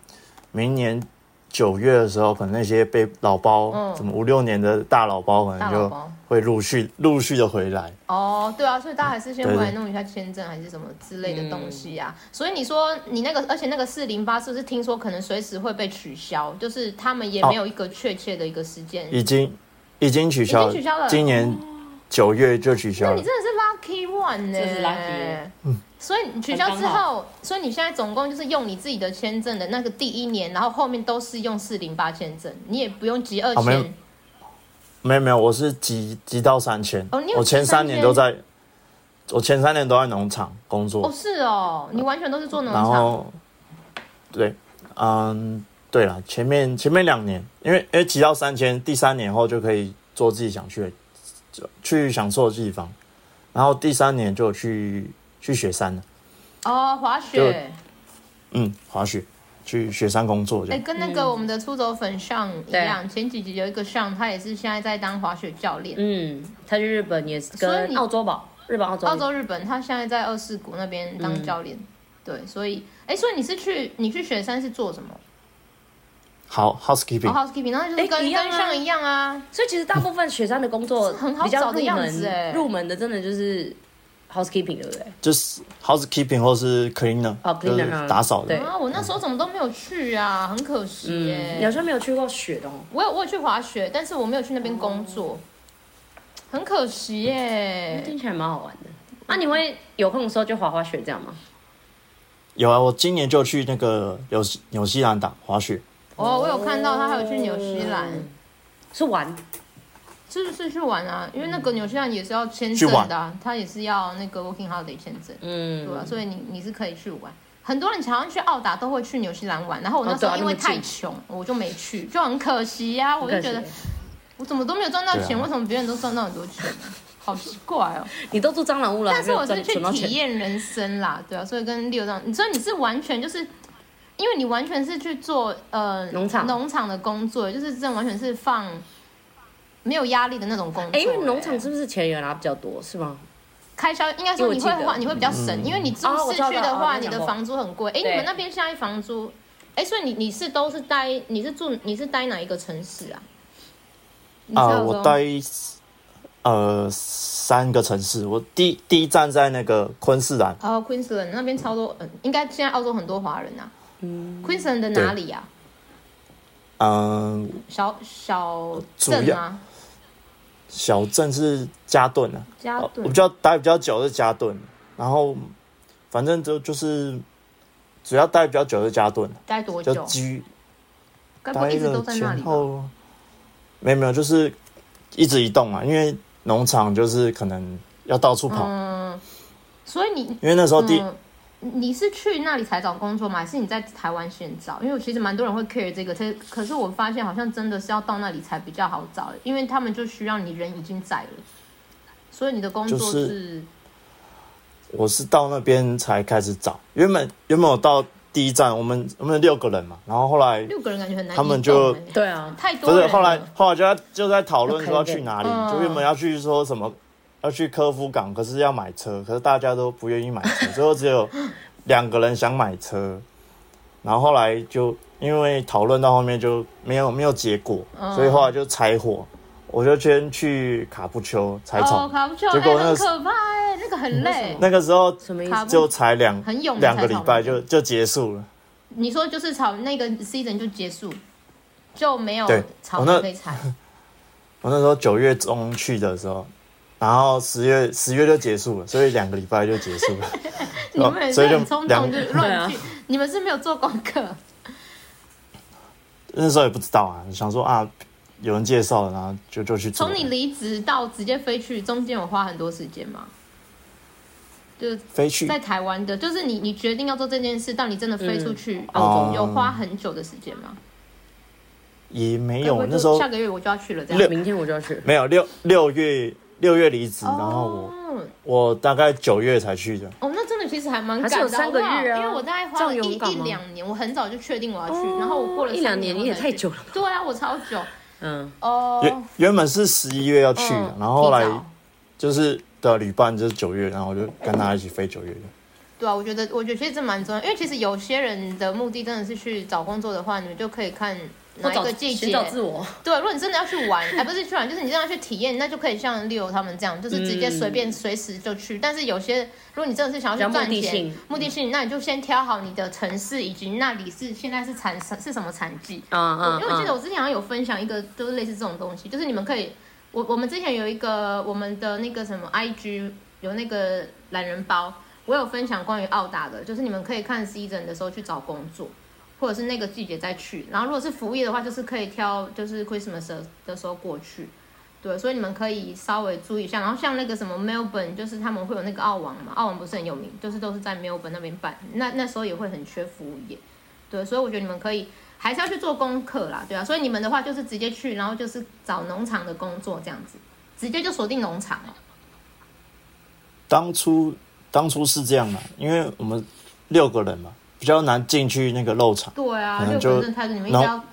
Speaker 3: 明年九月的时候，可能那些被老包、
Speaker 2: 嗯
Speaker 3: 什么五六年的大老包，可
Speaker 2: 大
Speaker 3: 能
Speaker 2: 老
Speaker 3: 就
Speaker 2: 包
Speaker 3: 会陆续陆续的回来。
Speaker 2: 哦，对啊，所以大家还是先回
Speaker 3: 对对
Speaker 2: 来弄一下签证还是什么之类的东西啊。
Speaker 3: 嗯
Speaker 2: 所以你说你那个，而且那个四零八是不是听说可能随时会被取消？就是他们也
Speaker 3: 哦
Speaker 2: 没有一个确切的一个时间。
Speaker 3: 已经已经取消
Speaker 2: 已经取消了哦
Speaker 3: 今年九月就取消
Speaker 2: 那
Speaker 3: 了
Speaker 2: 你。真的是 lucky one 呢、
Speaker 1: 真是 lucky
Speaker 2: 嗯，所以你取消之
Speaker 1: 很刚
Speaker 2: 后，所以你现在总共就是用你自己的签证的那个第一年，然后后面都是用四零八签证，你也不用集二
Speaker 3: 哦没有
Speaker 2: 签。
Speaker 3: 没有没有，我是集集到三千、
Speaker 2: 哦你有
Speaker 3: 我
Speaker 2: 集
Speaker 3: 前三
Speaker 2: 3000
Speaker 3: 年都在，我前三年都在农场工作。
Speaker 2: 哦，是哦，你完全都是做农
Speaker 3: 然
Speaker 2: 场，
Speaker 3: 后，对，嗯，对了，前面前面两年，因为因为骑到三千，第三年后就可以做自己想去的，就去想做的地方。然后第三年就去去雪山了，
Speaker 2: 哦，滑雪，
Speaker 3: 嗯，滑雪，去雪山工作这
Speaker 2: 哎、
Speaker 3: 样。
Speaker 2: 跟那
Speaker 1: 嗯
Speaker 2: 个我们的出走粉上一
Speaker 1: 对
Speaker 2: 样，前几集有一个上，他也是现在在当滑雪教练，
Speaker 1: 嗯，他去日本也是
Speaker 2: 所以
Speaker 1: 跟
Speaker 2: 你
Speaker 1: 澳洲吧，日本澳洲。
Speaker 2: 澳洲、日本，他现在在二世谷那边当教练。
Speaker 3: 嗯
Speaker 2: 对，所以，哎、所以你是去你去雪山是做什么？
Speaker 3: 好
Speaker 2: 哦、
Speaker 3: ，housekeeping，
Speaker 2: housekeeping，然后就是
Speaker 1: 哎
Speaker 2: 跟、
Speaker 1: 一样啊
Speaker 2: 跟上一样啊，
Speaker 1: 所以其实大部分雪山的工作
Speaker 2: 是很好
Speaker 1: 比较
Speaker 2: 找的
Speaker 1: 入
Speaker 2: 样子
Speaker 1: 门
Speaker 2: 哎，
Speaker 1: 入门的真的就是 housekeeping 对不对？
Speaker 3: 就是 housekeeping 或是 cleaner，
Speaker 1: 哦
Speaker 3: 就是
Speaker 1: ，cleaner，嗯
Speaker 3: 打扫的
Speaker 1: 对。嗯
Speaker 2: 啊，我那时候怎么都没有去啊，很可惜耶。
Speaker 1: 你好像没有去过雪的哦。
Speaker 2: 我有我有去滑雪，但是我没有去那边工作，很可惜耶。
Speaker 1: 听起来蛮好玩的。那、啊你会有空的时候就滑滑雪这样吗？
Speaker 3: 有啊，我今年就去那个纽西纽西兰打滑雪，
Speaker 2: 哦，我有看到他还有去纽西兰，
Speaker 1: 哦是玩，
Speaker 2: 是是去玩啊，因为那个
Speaker 1: 嗯
Speaker 2: 纽西兰也是要签证的、啊，他也是要那个 working holiday 签证，
Speaker 1: 嗯，
Speaker 2: 对啊，所以你你是可以去玩。很多人好像去澳达都会去纽西兰玩，然后我那时
Speaker 1: 哦对啊
Speaker 2: 候因为
Speaker 1: 那么近
Speaker 2: 太穷，我就没去，就很可惜呀、我就
Speaker 1: 很可
Speaker 2: 觉
Speaker 1: 惜
Speaker 2: 得我怎么都没有赚到钱，
Speaker 3: 对啊
Speaker 2: 为什么别人都赚到很多钱呢、好奇怪哦。
Speaker 1: 你都住蟑螂屋了，
Speaker 2: 但是我
Speaker 1: 还没
Speaker 2: 是
Speaker 1: 有
Speaker 2: 去
Speaker 1: 赚存到
Speaker 2: 体
Speaker 1: 钱，
Speaker 2: 验人生啦，对啊，所以跟六张，你说你是完全就是，因为你完全是去做呃
Speaker 1: 农场
Speaker 2: 农场的工作，就是这种完全是放没有压力的那种工作、
Speaker 1: 哎、因为农
Speaker 2: 哎
Speaker 1: 场是不是钱也拿比较多，是吗？
Speaker 2: 开销应该说你
Speaker 1: 因为
Speaker 2: 会
Speaker 1: 我记得
Speaker 2: 花，你会比较省，
Speaker 3: 嗯
Speaker 2: 因为你住
Speaker 1: 哦我
Speaker 2: 市
Speaker 1: 知道
Speaker 2: 区的话，
Speaker 1: 哦
Speaker 2: 你
Speaker 1: 你讲
Speaker 2: 的
Speaker 1: 过
Speaker 2: 房租很贵。哎，你们
Speaker 1: 对
Speaker 2: 那边现在房租，哎，所以你你是都是待，你是住你是待哪一个城市啊？你知
Speaker 3: 啊、
Speaker 2: 道说
Speaker 3: 我待呃三个城市，我第第一站在那个昆士兰，
Speaker 2: 哦，Queensland 那边超多，嗯，应该现在澳洲很多华人啊。Queensland
Speaker 1: 嗯
Speaker 2: 的哪里啊？
Speaker 3: 嗯、
Speaker 2: 小小
Speaker 3: 主
Speaker 2: 镇啊
Speaker 3: 要
Speaker 2: 吗？
Speaker 3: 小镇是加顿啊，
Speaker 2: 加
Speaker 3: 呃我
Speaker 2: 顿
Speaker 3: 比较待比较久是加顿，然后反正就就是只要待比较久是加顿，
Speaker 2: 待多
Speaker 3: 就
Speaker 2: 久？
Speaker 3: 居
Speaker 2: 该啊不
Speaker 3: 待
Speaker 2: 会一直都
Speaker 3: 了
Speaker 2: 在那里
Speaker 3: 前
Speaker 2: 吧？
Speaker 3: 后，没有没有，就是一直移动啊，因为农场就是可能要到处跑，
Speaker 2: 嗯，所以你
Speaker 3: 因为那时候第、
Speaker 2: 嗯，你是去那里才找工作吗？还是你在台湾先找？因为我其实蛮多人会 care 这个，可可是我发现好像真的是要到那里才比较好找，因为他们就需要你人已经在了，所以你的工作
Speaker 3: 就是
Speaker 2: 是
Speaker 3: 我是到那边才开始找，原本原本我到第一站，我们我们有六个人嘛，然后后来
Speaker 2: 六个人感觉很难移动欸，
Speaker 3: 他们就
Speaker 1: 对啊，
Speaker 2: 太多人
Speaker 3: 不是
Speaker 2: 了
Speaker 3: 后来后来就在就在讨论说要
Speaker 1: Okay, okay.
Speaker 3: 去哪里，
Speaker 2: 嗯
Speaker 3: 就原本要去说什么要去科夫港，可是要买车，可是大家都不愿意买 车，最后只有两个人想买车，然后后来就因为讨论到后面就没有没有结果，
Speaker 2: 嗯
Speaker 3: 所以后来就柴火，我就先去卡布丘柴草，
Speaker 2: 哦，卡布丘，
Speaker 3: 结果
Speaker 2: 哎
Speaker 3: 那
Speaker 2: 很
Speaker 3: 个
Speaker 2: 可怕哎，那个很累。
Speaker 3: 那个时候
Speaker 1: 什么意
Speaker 2: 卡
Speaker 1: 思？
Speaker 2: 布
Speaker 3: 就才两
Speaker 2: 很有名
Speaker 3: 两个
Speaker 2: 才
Speaker 3: 礼
Speaker 2: 炒
Speaker 3: 拜
Speaker 2: 的
Speaker 3: 就就结束了。
Speaker 2: 你说就是炒那个 season 就结束，就没有
Speaker 3: 对
Speaker 2: 炒
Speaker 3: 我那
Speaker 2: 可以采。
Speaker 3: 我那时候九月中去的时候，然后十月十月就结束了，所以两个礼拜就结束了。
Speaker 2: 你们也
Speaker 3: 哦所
Speaker 2: 是
Speaker 3: 以就
Speaker 2: 很冲
Speaker 3: 两
Speaker 2: 动就
Speaker 1: 对
Speaker 2: 乱
Speaker 1: 啊
Speaker 2: 去，你们是没有做功课。
Speaker 3: 那时候也不知道啊，想说啊，有人介绍了，然后就就去做
Speaker 2: 从你离职到直接飞去，中间有花很多时间吗？就是
Speaker 3: 飞去
Speaker 2: 在台湾的，就是你你决定要做这件事，到你真的飞
Speaker 1: 嗯
Speaker 2: 出去澳
Speaker 3: 哦
Speaker 2: 洲，有花很久的时间吗？
Speaker 3: 也没
Speaker 2: 该不
Speaker 3: 有
Speaker 2: 会，就
Speaker 3: 那时候
Speaker 2: 下个月我就要去了，这
Speaker 3: 六
Speaker 2: 样。
Speaker 1: 明天我就要去。
Speaker 3: 没有六六月六月离职，然后
Speaker 2: 哦，
Speaker 3: 我我大概九月才去的。
Speaker 2: 哦，那真的其实还蛮
Speaker 1: 还
Speaker 2: 赶
Speaker 1: 是
Speaker 2: 的，
Speaker 1: 有三个月啊
Speaker 2: 好不好因为我大概花
Speaker 1: 这
Speaker 2: 了
Speaker 1: 样
Speaker 2: 一
Speaker 1: 勇敢
Speaker 2: 一
Speaker 1: 吗哦
Speaker 2: 两年，我很早就确定我要去，然后我过了
Speaker 1: 一
Speaker 2: 三
Speaker 1: 两年，你也
Speaker 2: 我才
Speaker 1: 太
Speaker 2: 去
Speaker 1: 久了。
Speaker 2: 对啊，我超久
Speaker 1: 嗯，
Speaker 2: 哦。
Speaker 3: 原原本是十一月要去的，
Speaker 2: 嗯
Speaker 3: 然后后
Speaker 2: 提
Speaker 3: 来
Speaker 2: 早
Speaker 3: 就是的旅伴就是九月，然后我就跟他一起飞九月的。
Speaker 2: 对啊，我觉得我觉得其实这蛮重要，因为其实有些人的目的真的是去找工作的话，你们就可以看
Speaker 1: 我
Speaker 2: 哪一
Speaker 1: 找
Speaker 2: 个季节
Speaker 1: 寻。找自我，
Speaker 2: 对，如果你真的要去玩，哎，不是去玩，就是你真的要去体验，那就可以像 Leo 他们这样，就是直接随便随时就去。但是有些，如果你真的是想要去赚
Speaker 1: 嗯比较目的
Speaker 2: 钱
Speaker 1: 性，
Speaker 2: 目的性，那你就先挑好你的城市以及那里是现在是产是什么产季。
Speaker 1: 嗯嗯
Speaker 2: 因为我记得
Speaker 1: 嗯，
Speaker 2: 我之前好像有分享一个，就是类似这种东西，就是你们可以，我我们之前有一个我们的那个什么 IG 有那个懒人包，我有分享关于澳大的，就是你们可以看 season 的时候去找工作，或者是那个季节再去。然后如果是服务业的话，就是可以挑就是 Christmas 的的时候过去。对，所以你们可以稍微注意一下。然后像那个什么 Melbourne，就是他们会有那个澳网嘛，澳网不是很有名，就是都是在 Melbourne 那边办。那那时候也会很缺服务业，对，所以我觉得你们可以还是要去做功课啦，对啊。所以你们的话就是直接去，然后就是找农场的工作这样子，直接就锁定农场哦了。
Speaker 3: 当初当初是这样的，因为我们六个人嘛，比较难进去那个肉场。
Speaker 2: 对啊，
Speaker 3: 可能
Speaker 2: 六个人真的太多，你们应该
Speaker 3: 然
Speaker 2: 要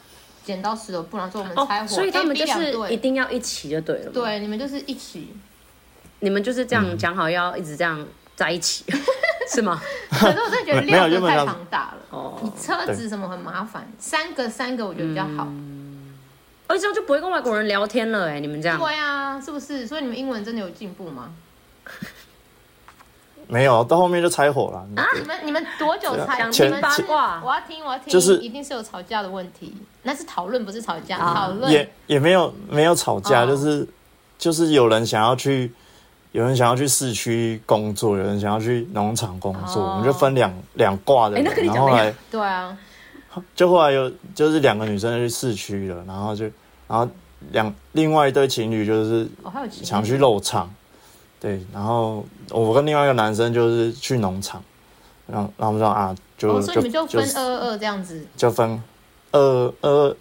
Speaker 2: 剪刀石头布，然后说我们拆
Speaker 1: 哦，
Speaker 2: 伙，
Speaker 1: 所以他们
Speaker 2: A
Speaker 1: 就
Speaker 2: B 两
Speaker 1: 是一
Speaker 2: 队，
Speaker 1: 定要一起就对了。，
Speaker 2: 对，你们就是一 起，
Speaker 1: 你们就是这样讲好要一直这样在一起， 是吗？
Speaker 2: 可是我真的觉得
Speaker 3: 没有
Speaker 2: 六
Speaker 3: 原
Speaker 2: 个
Speaker 3: 本
Speaker 2: 太
Speaker 3: 想
Speaker 2: 庞大了，你
Speaker 1: 哦，
Speaker 2: 车子什么很麻烦，三个三个我觉得比较好。
Speaker 3: 嗯
Speaker 1: 而哦这样就不会跟外国人聊欸天了哎，你们这样。
Speaker 2: 对啊，是不是？所以你们英文真的有进步吗？
Speaker 3: 没有，到后面就拆伙了。
Speaker 2: 啊你们你们多久才？
Speaker 1: 想
Speaker 2: 你
Speaker 3: 前
Speaker 2: 们
Speaker 1: 听八
Speaker 2: 是
Speaker 1: 卦
Speaker 2: 我要听，我要听，
Speaker 3: 啊就是
Speaker 2: 一定是有吵架的问题。那是讨论，不是吵架，
Speaker 1: 啊
Speaker 2: 讨论。
Speaker 3: 也也没有没有吵架，
Speaker 2: 哦
Speaker 3: 就是就是有人想要去，有人想要去市区工作，有人想要去农场工作，
Speaker 2: 哦
Speaker 3: 我们就分两两挂的
Speaker 1: 哎
Speaker 3: 人。
Speaker 1: 那跟你
Speaker 3: 然
Speaker 1: 讲
Speaker 3: 后
Speaker 1: 的
Speaker 3: 后
Speaker 1: 一
Speaker 3: 来
Speaker 2: 对啊，
Speaker 3: 就后来有就是两个女生去市区了，然后就然后两另外一对情侣就是
Speaker 2: 我、哦还有情
Speaker 3: 想去肉场，对，然后我跟另外一个男生就是去农场，然后然后我们说啊，就、
Speaker 2: 哦，所以你们就分
Speaker 3: 就
Speaker 2: 二二二这样子。
Speaker 3: 就分二二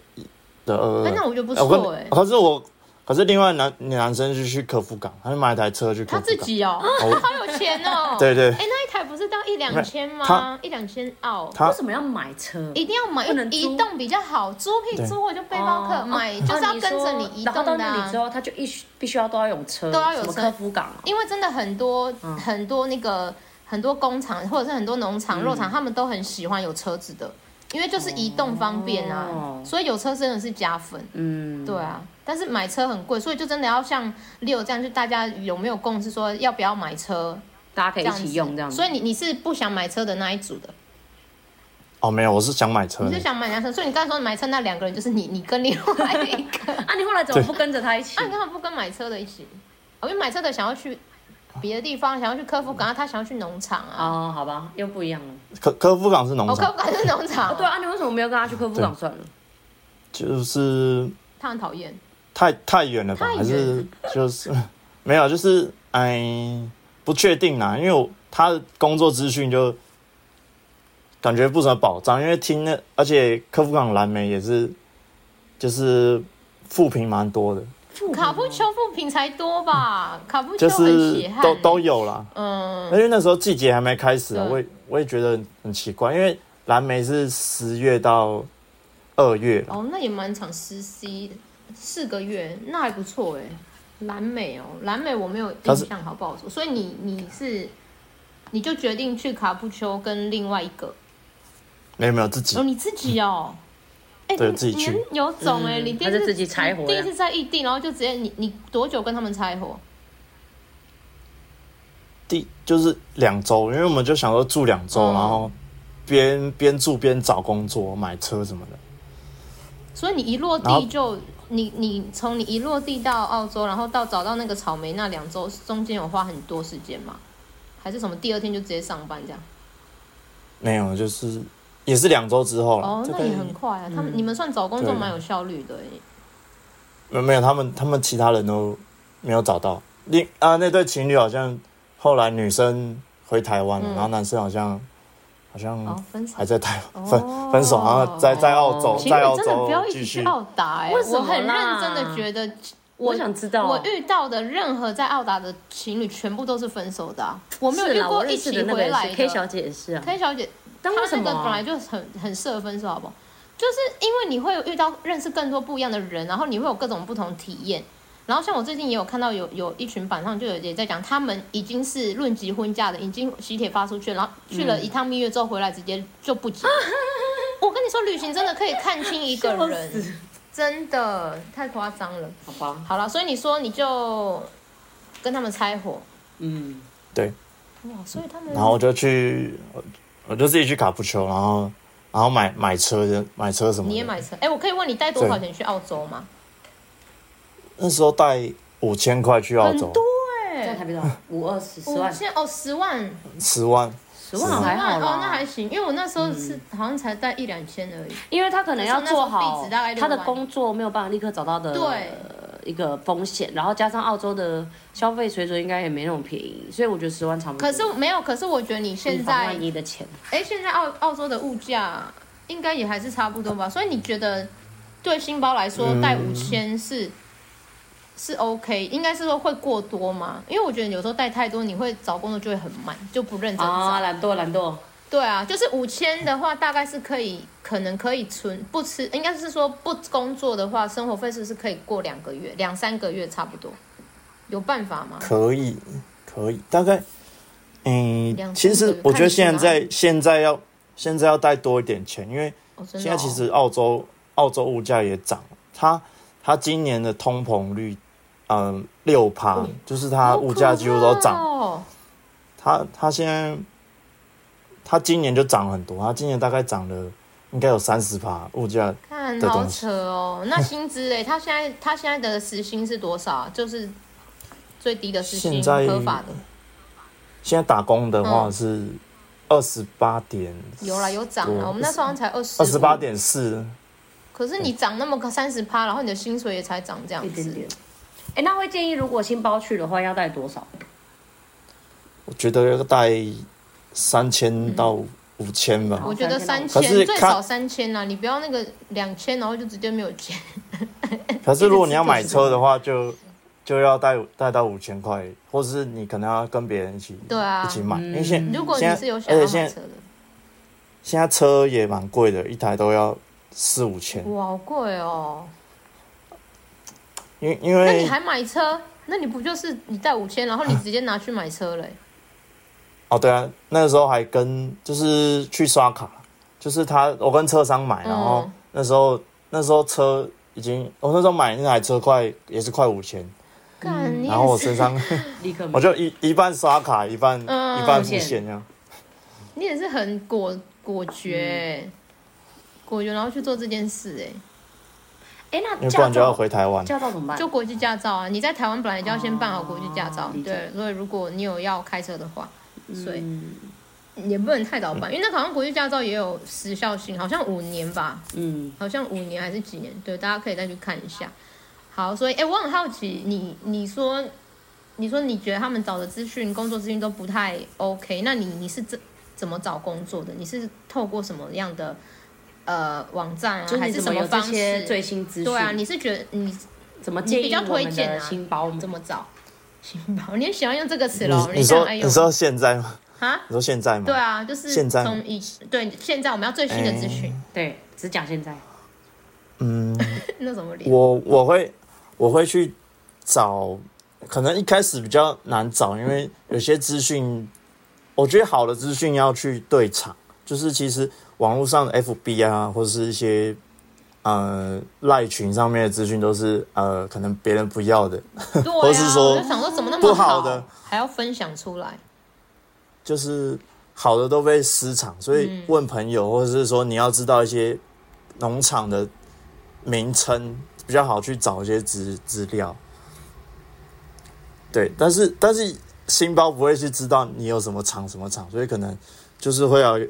Speaker 3: 的二
Speaker 2: 哎，那
Speaker 3: 二。
Speaker 2: 我觉得不
Speaker 3: 哎我
Speaker 2: 错哎、
Speaker 3: 跟可是我，可是另外男男生就去客服港，他就买一台车去客
Speaker 2: 他
Speaker 3: 服
Speaker 2: 自
Speaker 3: 港。
Speaker 2: 己哦，
Speaker 3: 哦
Speaker 2: 他好有钱哦。
Speaker 3: 对对
Speaker 2: 哎、那一台不是到一两千吗
Speaker 3: 他？
Speaker 2: 一两千澳。
Speaker 3: 他
Speaker 1: 为什么要买车？
Speaker 2: 啊一定要买
Speaker 1: 不能租
Speaker 2: 一栋比较好，租可以
Speaker 3: 对
Speaker 2: 租，我就背包客
Speaker 1: 哦
Speaker 2: 买，就是要跟着你移
Speaker 1: 然后
Speaker 2: 动
Speaker 1: 到
Speaker 2: 的、
Speaker 1: 那里
Speaker 2: 啊
Speaker 1: 之。后，他就一须必须要都要有车，
Speaker 2: 都要有
Speaker 1: 什么
Speaker 2: 车
Speaker 1: 客服港哦。
Speaker 2: 因为真的很多、
Speaker 1: 嗯
Speaker 2: 很多那个很多工厂或者是很多农
Speaker 3: 嗯
Speaker 2: 场、肉场，他们都很喜欢有车子的，因为就是移动方便啊，
Speaker 1: 哦
Speaker 2: 所以有车真的是加分。
Speaker 1: 嗯，
Speaker 2: 对啊，但是买车很贵，所以就真的要像六这样，就大家有没有共识说要不要买车
Speaker 1: 大家可
Speaker 2: 这
Speaker 1: 以
Speaker 2: 样子
Speaker 1: 一起用这样子。
Speaker 2: 所以你你是不想买车的那一组的，
Speaker 3: 哦，没有，我是想买车
Speaker 2: 你
Speaker 1: 嗯
Speaker 3: 的
Speaker 2: 就。想买辆车，所以你刚才说买车那两个人就是你你跟另外一 个，
Speaker 1: 啊，你后来怎么不跟着他一起
Speaker 2: 啊，？你干嘛不跟买车的一起？哦因为买车的想要去别的地方，想要去科夫港，他想要去农场啊。
Speaker 1: 哦，好吧，又不一样了。
Speaker 3: 客客服港是农
Speaker 2: 哦，科
Speaker 3: 场，
Speaker 2: 夫港是农场，
Speaker 1: 哦， 对啊，你为什么没有跟他去客服港算了？
Speaker 3: 就是
Speaker 2: 他很讨厌。
Speaker 3: 太太远了吧
Speaker 2: 太？远
Speaker 3: 还是就是 没有，就是哎，不确定啦，因为我他的工作资讯就感觉不怎么保障，因为听那而且客服港蓝莓也是就是负评蛮多的，
Speaker 2: 卡布丘富平才多吧？卡布丘
Speaker 3: 就
Speaker 2: 很
Speaker 3: 是
Speaker 2: 血汗，欸
Speaker 3: 都都有啦。
Speaker 2: 嗯，
Speaker 3: 因为那时候季节还没开始啊，
Speaker 2: 嗯
Speaker 3: 我也我也觉得很奇怪，因为蓝莓是十月到二月啦，
Speaker 2: 哦，那也蛮长，实习四个月，那还不错哎。蓝美哦，蓝美我没有印
Speaker 3: 可是
Speaker 2: 象，好不好说？所以你你是你就决定去卡布丘跟另外一个
Speaker 1: 嗯
Speaker 3: 没有没有自己
Speaker 2: 哦，，你自己哦。哎，
Speaker 3: 对
Speaker 2: 你
Speaker 3: 自己
Speaker 2: 你
Speaker 3: 去
Speaker 2: 很有种哎！
Speaker 1: 嗯
Speaker 2: 你第一
Speaker 1: 他
Speaker 2: 次
Speaker 1: 是自己拆伙
Speaker 2: 你
Speaker 1: 的
Speaker 2: 第一次在异地，然后就直接你你多久跟他们拆伙？
Speaker 3: 第就是两周，因为我们就想说住两周，
Speaker 2: 嗯
Speaker 3: 然后边边住边找工作、买车什么的。
Speaker 2: 所以你一落
Speaker 3: 然后
Speaker 2: 地就你你从你一落地到澳洲，然后到找到那个草莓那两周中间有花很多时间吗？还是什么第二天就直接上班这样？
Speaker 3: 没有，就是也是两周之后了。
Speaker 2: 哦，
Speaker 3: 这
Speaker 2: 那
Speaker 3: 个嗯
Speaker 2: 也很快啊！他们你们算找工作蛮有效率的耶，
Speaker 3: 没没有他们他们其他人都没有找到。另啊那对情侣好像后来女生回台湾了，
Speaker 2: 嗯
Speaker 3: 然后男生好像好像
Speaker 2: 哦，分手
Speaker 3: 嗯还。在台
Speaker 2: 哦
Speaker 3: 分、分手，然后在在澳洲，
Speaker 1: 哦
Speaker 2: 情侣
Speaker 3: 在澳
Speaker 2: 真的
Speaker 3: 洲
Speaker 2: 不要一
Speaker 3: 继
Speaker 2: 起去
Speaker 3: 续。
Speaker 2: 澳达哎！
Speaker 1: 为什么
Speaker 2: 我很认
Speaker 1: 啦
Speaker 2: 真的觉得我
Speaker 1: 我想知道
Speaker 2: 我遇到的任何在澳达的情侣全部都是分手的啊，我没有
Speaker 1: 是
Speaker 2: 遇
Speaker 1: 啦我
Speaker 2: 过一
Speaker 1: 认识
Speaker 2: 起
Speaker 1: 的那个
Speaker 2: 回
Speaker 1: 也
Speaker 2: 来
Speaker 1: 是
Speaker 2: 的。
Speaker 1: K 小姐也是啊。
Speaker 2: K 小姐，
Speaker 1: 但
Speaker 2: 她
Speaker 1: 为什
Speaker 2: 那
Speaker 1: 么
Speaker 2: 个
Speaker 1: 啊
Speaker 2: 本来就很很适合分手，好不好？就是因为你会有遇到认识更多不一样的人，然后你会有各种不同体验。然后像我最近也有看到有有一群板上就有也在讲，他们已经是论及婚嫁的，已经喜帖发出去，然后去了一趟蜜月之后回来直接就 不结。我跟你说，旅行真的可以看清一个
Speaker 1: 笑
Speaker 2: 人
Speaker 1: 死，
Speaker 2: 真的太夸张了。
Speaker 1: 好吧，
Speaker 2: 好了，所以你说你就跟他们拆伙，
Speaker 1: 嗯，
Speaker 3: 对，
Speaker 2: 哇，所以他们
Speaker 3: 然后我就去，我我就自己去卡布丘，然后然后买买车的，买车什么的。
Speaker 2: 你也买车？哎、我可以问你带多少钱去澳洲吗？
Speaker 3: 那时候带五千块去澳洲，
Speaker 2: 哎、
Speaker 1: 在台北多少？五二十十
Speaker 2: 五
Speaker 1: 万，
Speaker 2: 千哦，十万，
Speaker 3: 十万。
Speaker 1: 十万还好
Speaker 2: 哦，那还
Speaker 1: 啦，嗯
Speaker 2: 行，因为我那时候是、好像才带一两千而已。
Speaker 1: 因为他可能要做好他的工作没有办法立刻找到的
Speaker 2: 对
Speaker 1: 一个风险，然后加上澳洲的消费水准应该也没那么便宜，所以我觉得十万差不多。
Speaker 2: 可是没有，可是我觉得你现
Speaker 1: 以
Speaker 2: 在
Speaker 1: 防，万一的钱，
Speaker 2: 哎、现在澳澳洲的物价应该也还是差不多吧？
Speaker 1: 嗯
Speaker 2: 所以你觉得对新包来说
Speaker 3: 嗯
Speaker 2: 带五千是、是 OK，应该是说会过多吗？因为我觉得有时候带太多，你会找工作就会很慢，就不认真找。
Speaker 1: 啊，懒惰懒惰，
Speaker 2: 对啊，就是五千的话，大概是可以，可能可以存不吃，应该是说不工作的话，生活费是是可以过两个月、两三个月差不多，有办法吗？
Speaker 3: 可以，可以，大概，嗯
Speaker 2: 两，千
Speaker 3: 其实
Speaker 2: 个
Speaker 3: 我觉得
Speaker 2: 看
Speaker 3: 现
Speaker 2: 你是哪
Speaker 3: 在现在要现在要带多一点钱，因为
Speaker 2: 哦，真的、哦。
Speaker 3: 现在其实澳洲澳洲物价也涨了，它它今年的通呃啊膨率，嗯、六趴，就是它物价几乎都涨。
Speaker 2: 哦，
Speaker 3: 它它现在它今年就涨很多，它今年大概涨了应该有三十趴，物价
Speaker 2: 看
Speaker 3: 的
Speaker 2: 好
Speaker 3: 东西
Speaker 2: 扯 哦。那薪资哎，他现在他现在的时薪是多少啊？就是最低的时薪，
Speaker 3: 现在
Speaker 2: 合法的
Speaker 3: 现在打工的话是二十八点
Speaker 2: 嗯有啦有涨啊
Speaker 3: 多
Speaker 2: 了。我们那时候好像才二十
Speaker 3: 二十八，点四，
Speaker 2: 可是你涨那么个三十趴，然后你的薪水也才涨这样
Speaker 1: 一
Speaker 2: 子
Speaker 1: 点，点。哎、那会建议如果新包去的话，要带多少？
Speaker 3: 我觉得要带三
Speaker 2: 嗯
Speaker 3: 千到五千吧。
Speaker 2: 我觉得三千哦
Speaker 3: 可是
Speaker 2: 最
Speaker 3: 看
Speaker 2: 少三千啊啦，你不要那个两千，然后就直接没有钱。
Speaker 3: 可是如果你要买车的话，就就要带带到五千块，或是你可能要跟别人一起
Speaker 2: 对啊
Speaker 3: 一起买，
Speaker 1: 嗯
Speaker 3: 因为现
Speaker 2: 如果你
Speaker 3: 现在
Speaker 2: 是有想
Speaker 3: 而
Speaker 2: 要
Speaker 3: 且
Speaker 2: 买车
Speaker 3: 现在
Speaker 2: 的，
Speaker 3: 现在车也蛮贵的，一台都要四五千，
Speaker 2: 哇，好贵哦。
Speaker 3: 因为因
Speaker 2: 那你
Speaker 3: 为
Speaker 2: 还买车？那你不就是你贷五千，然后你直接拿去买车嘞、
Speaker 3: 哦对啊，那个时候还跟就是去刷卡，就是他我跟车商买，然后
Speaker 2: 嗯
Speaker 3: 那时候那时候车已经我那时候买那台车快也是快五千，
Speaker 2: 干，你
Speaker 3: 嗯然后我
Speaker 2: 也是，
Speaker 3: 身上
Speaker 1: 立刻买
Speaker 3: 我就一一半刷卡一半
Speaker 2: 嗯
Speaker 3: 一半付
Speaker 1: 现
Speaker 3: 现这样。
Speaker 2: 你也是很果果决欸、果决，然后去做这件事、欸
Speaker 1: 哎、
Speaker 3: 因
Speaker 1: 那
Speaker 3: 为不
Speaker 1: 驾
Speaker 3: 然就要
Speaker 1: 照
Speaker 3: 回台湾。
Speaker 1: 驾照怎么办？
Speaker 2: 哎，就国际驾照啊！你在台湾本来就要先办好国际驾照，
Speaker 1: 哦理解
Speaker 2: 对，所以如果你有要开车的话，所以
Speaker 1: 嗯
Speaker 2: 也不能太早
Speaker 3: 嗯
Speaker 2: 办，因为那好像国际驾照也有时效性，好像五年吧，
Speaker 1: 嗯，
Speaker 2: 好像五年还是几年，对，大家可以再去看一下。好，所以哎、诶我很好奇，你你说你说你觉得他们找的资讯、工作资讯都不太 OK，那你你是怎怎么找工作的？你是透过什么样的呃网站啊，
Speaker 1: 就是
Speaker 2: 还
Speaker 1: 你
Speaker 2: 是
Speaker 1: 怎
Speaker 2: 什
Speaker 1: 么有这
Speaker 2: 方式？
Speaker 1: 些最新资讯？
Speaker 2: 对啊，你是觉得你
Speaker 1: 怎么
Speaker 2: 你
Speaker 1: 建
Speaker 2: 比
Speaker 1: 议
Speaker 2: 较
Speaker 1: 我
Speaker 2: 推
Speaker 1: 们
Speaker 2: 荐
Speaker 1: 的
Speaker 2: 啊
Speaker 1: 新包？我们
Speaker 2: 怎么找？新包， 你很喜欢用这个词喽？
Speaker 3: 你
Speaker 2: 想
Speaker 3: 说
Speaker 2: 哎呦
Speaker 3: 你说现在吗？
Speaker 2: 啊？
Speaker 3: 你说现在吗？
Speaker 2: 对啊，就是
Speaker 3: 现在
Speaker 2: 从以对现在我们要最新的资讯，
Speaker 1: 对，只讲现在。
Speaker 3: 嗯，
Speaker 2: 那怎么连？
Speaker 3: 我我会我会去找，可能一开始比较难找，因为有些资讯，我觉得好的资讯要去对查，就是其实网络上的 FB 啊，或是一些呃赖群上面的资讯都是呃可能别人不要的，
Speaker 2: 对
Speaker 3: 或是说
Speaker 2: 啊，我就想说怎么那么
Speaker 3: 不好的
Speaker 2: 还要分享出来，
Speaker 3: 就是好的都被私藏，所以
Speaker 2: 嗯
Speaker 3: 问朋友，或者是说你要知道一些农场的名称，比较好去找一些资资料。对，但是但是新包不会去知道你有什么厂什么厂，所以可能就是会有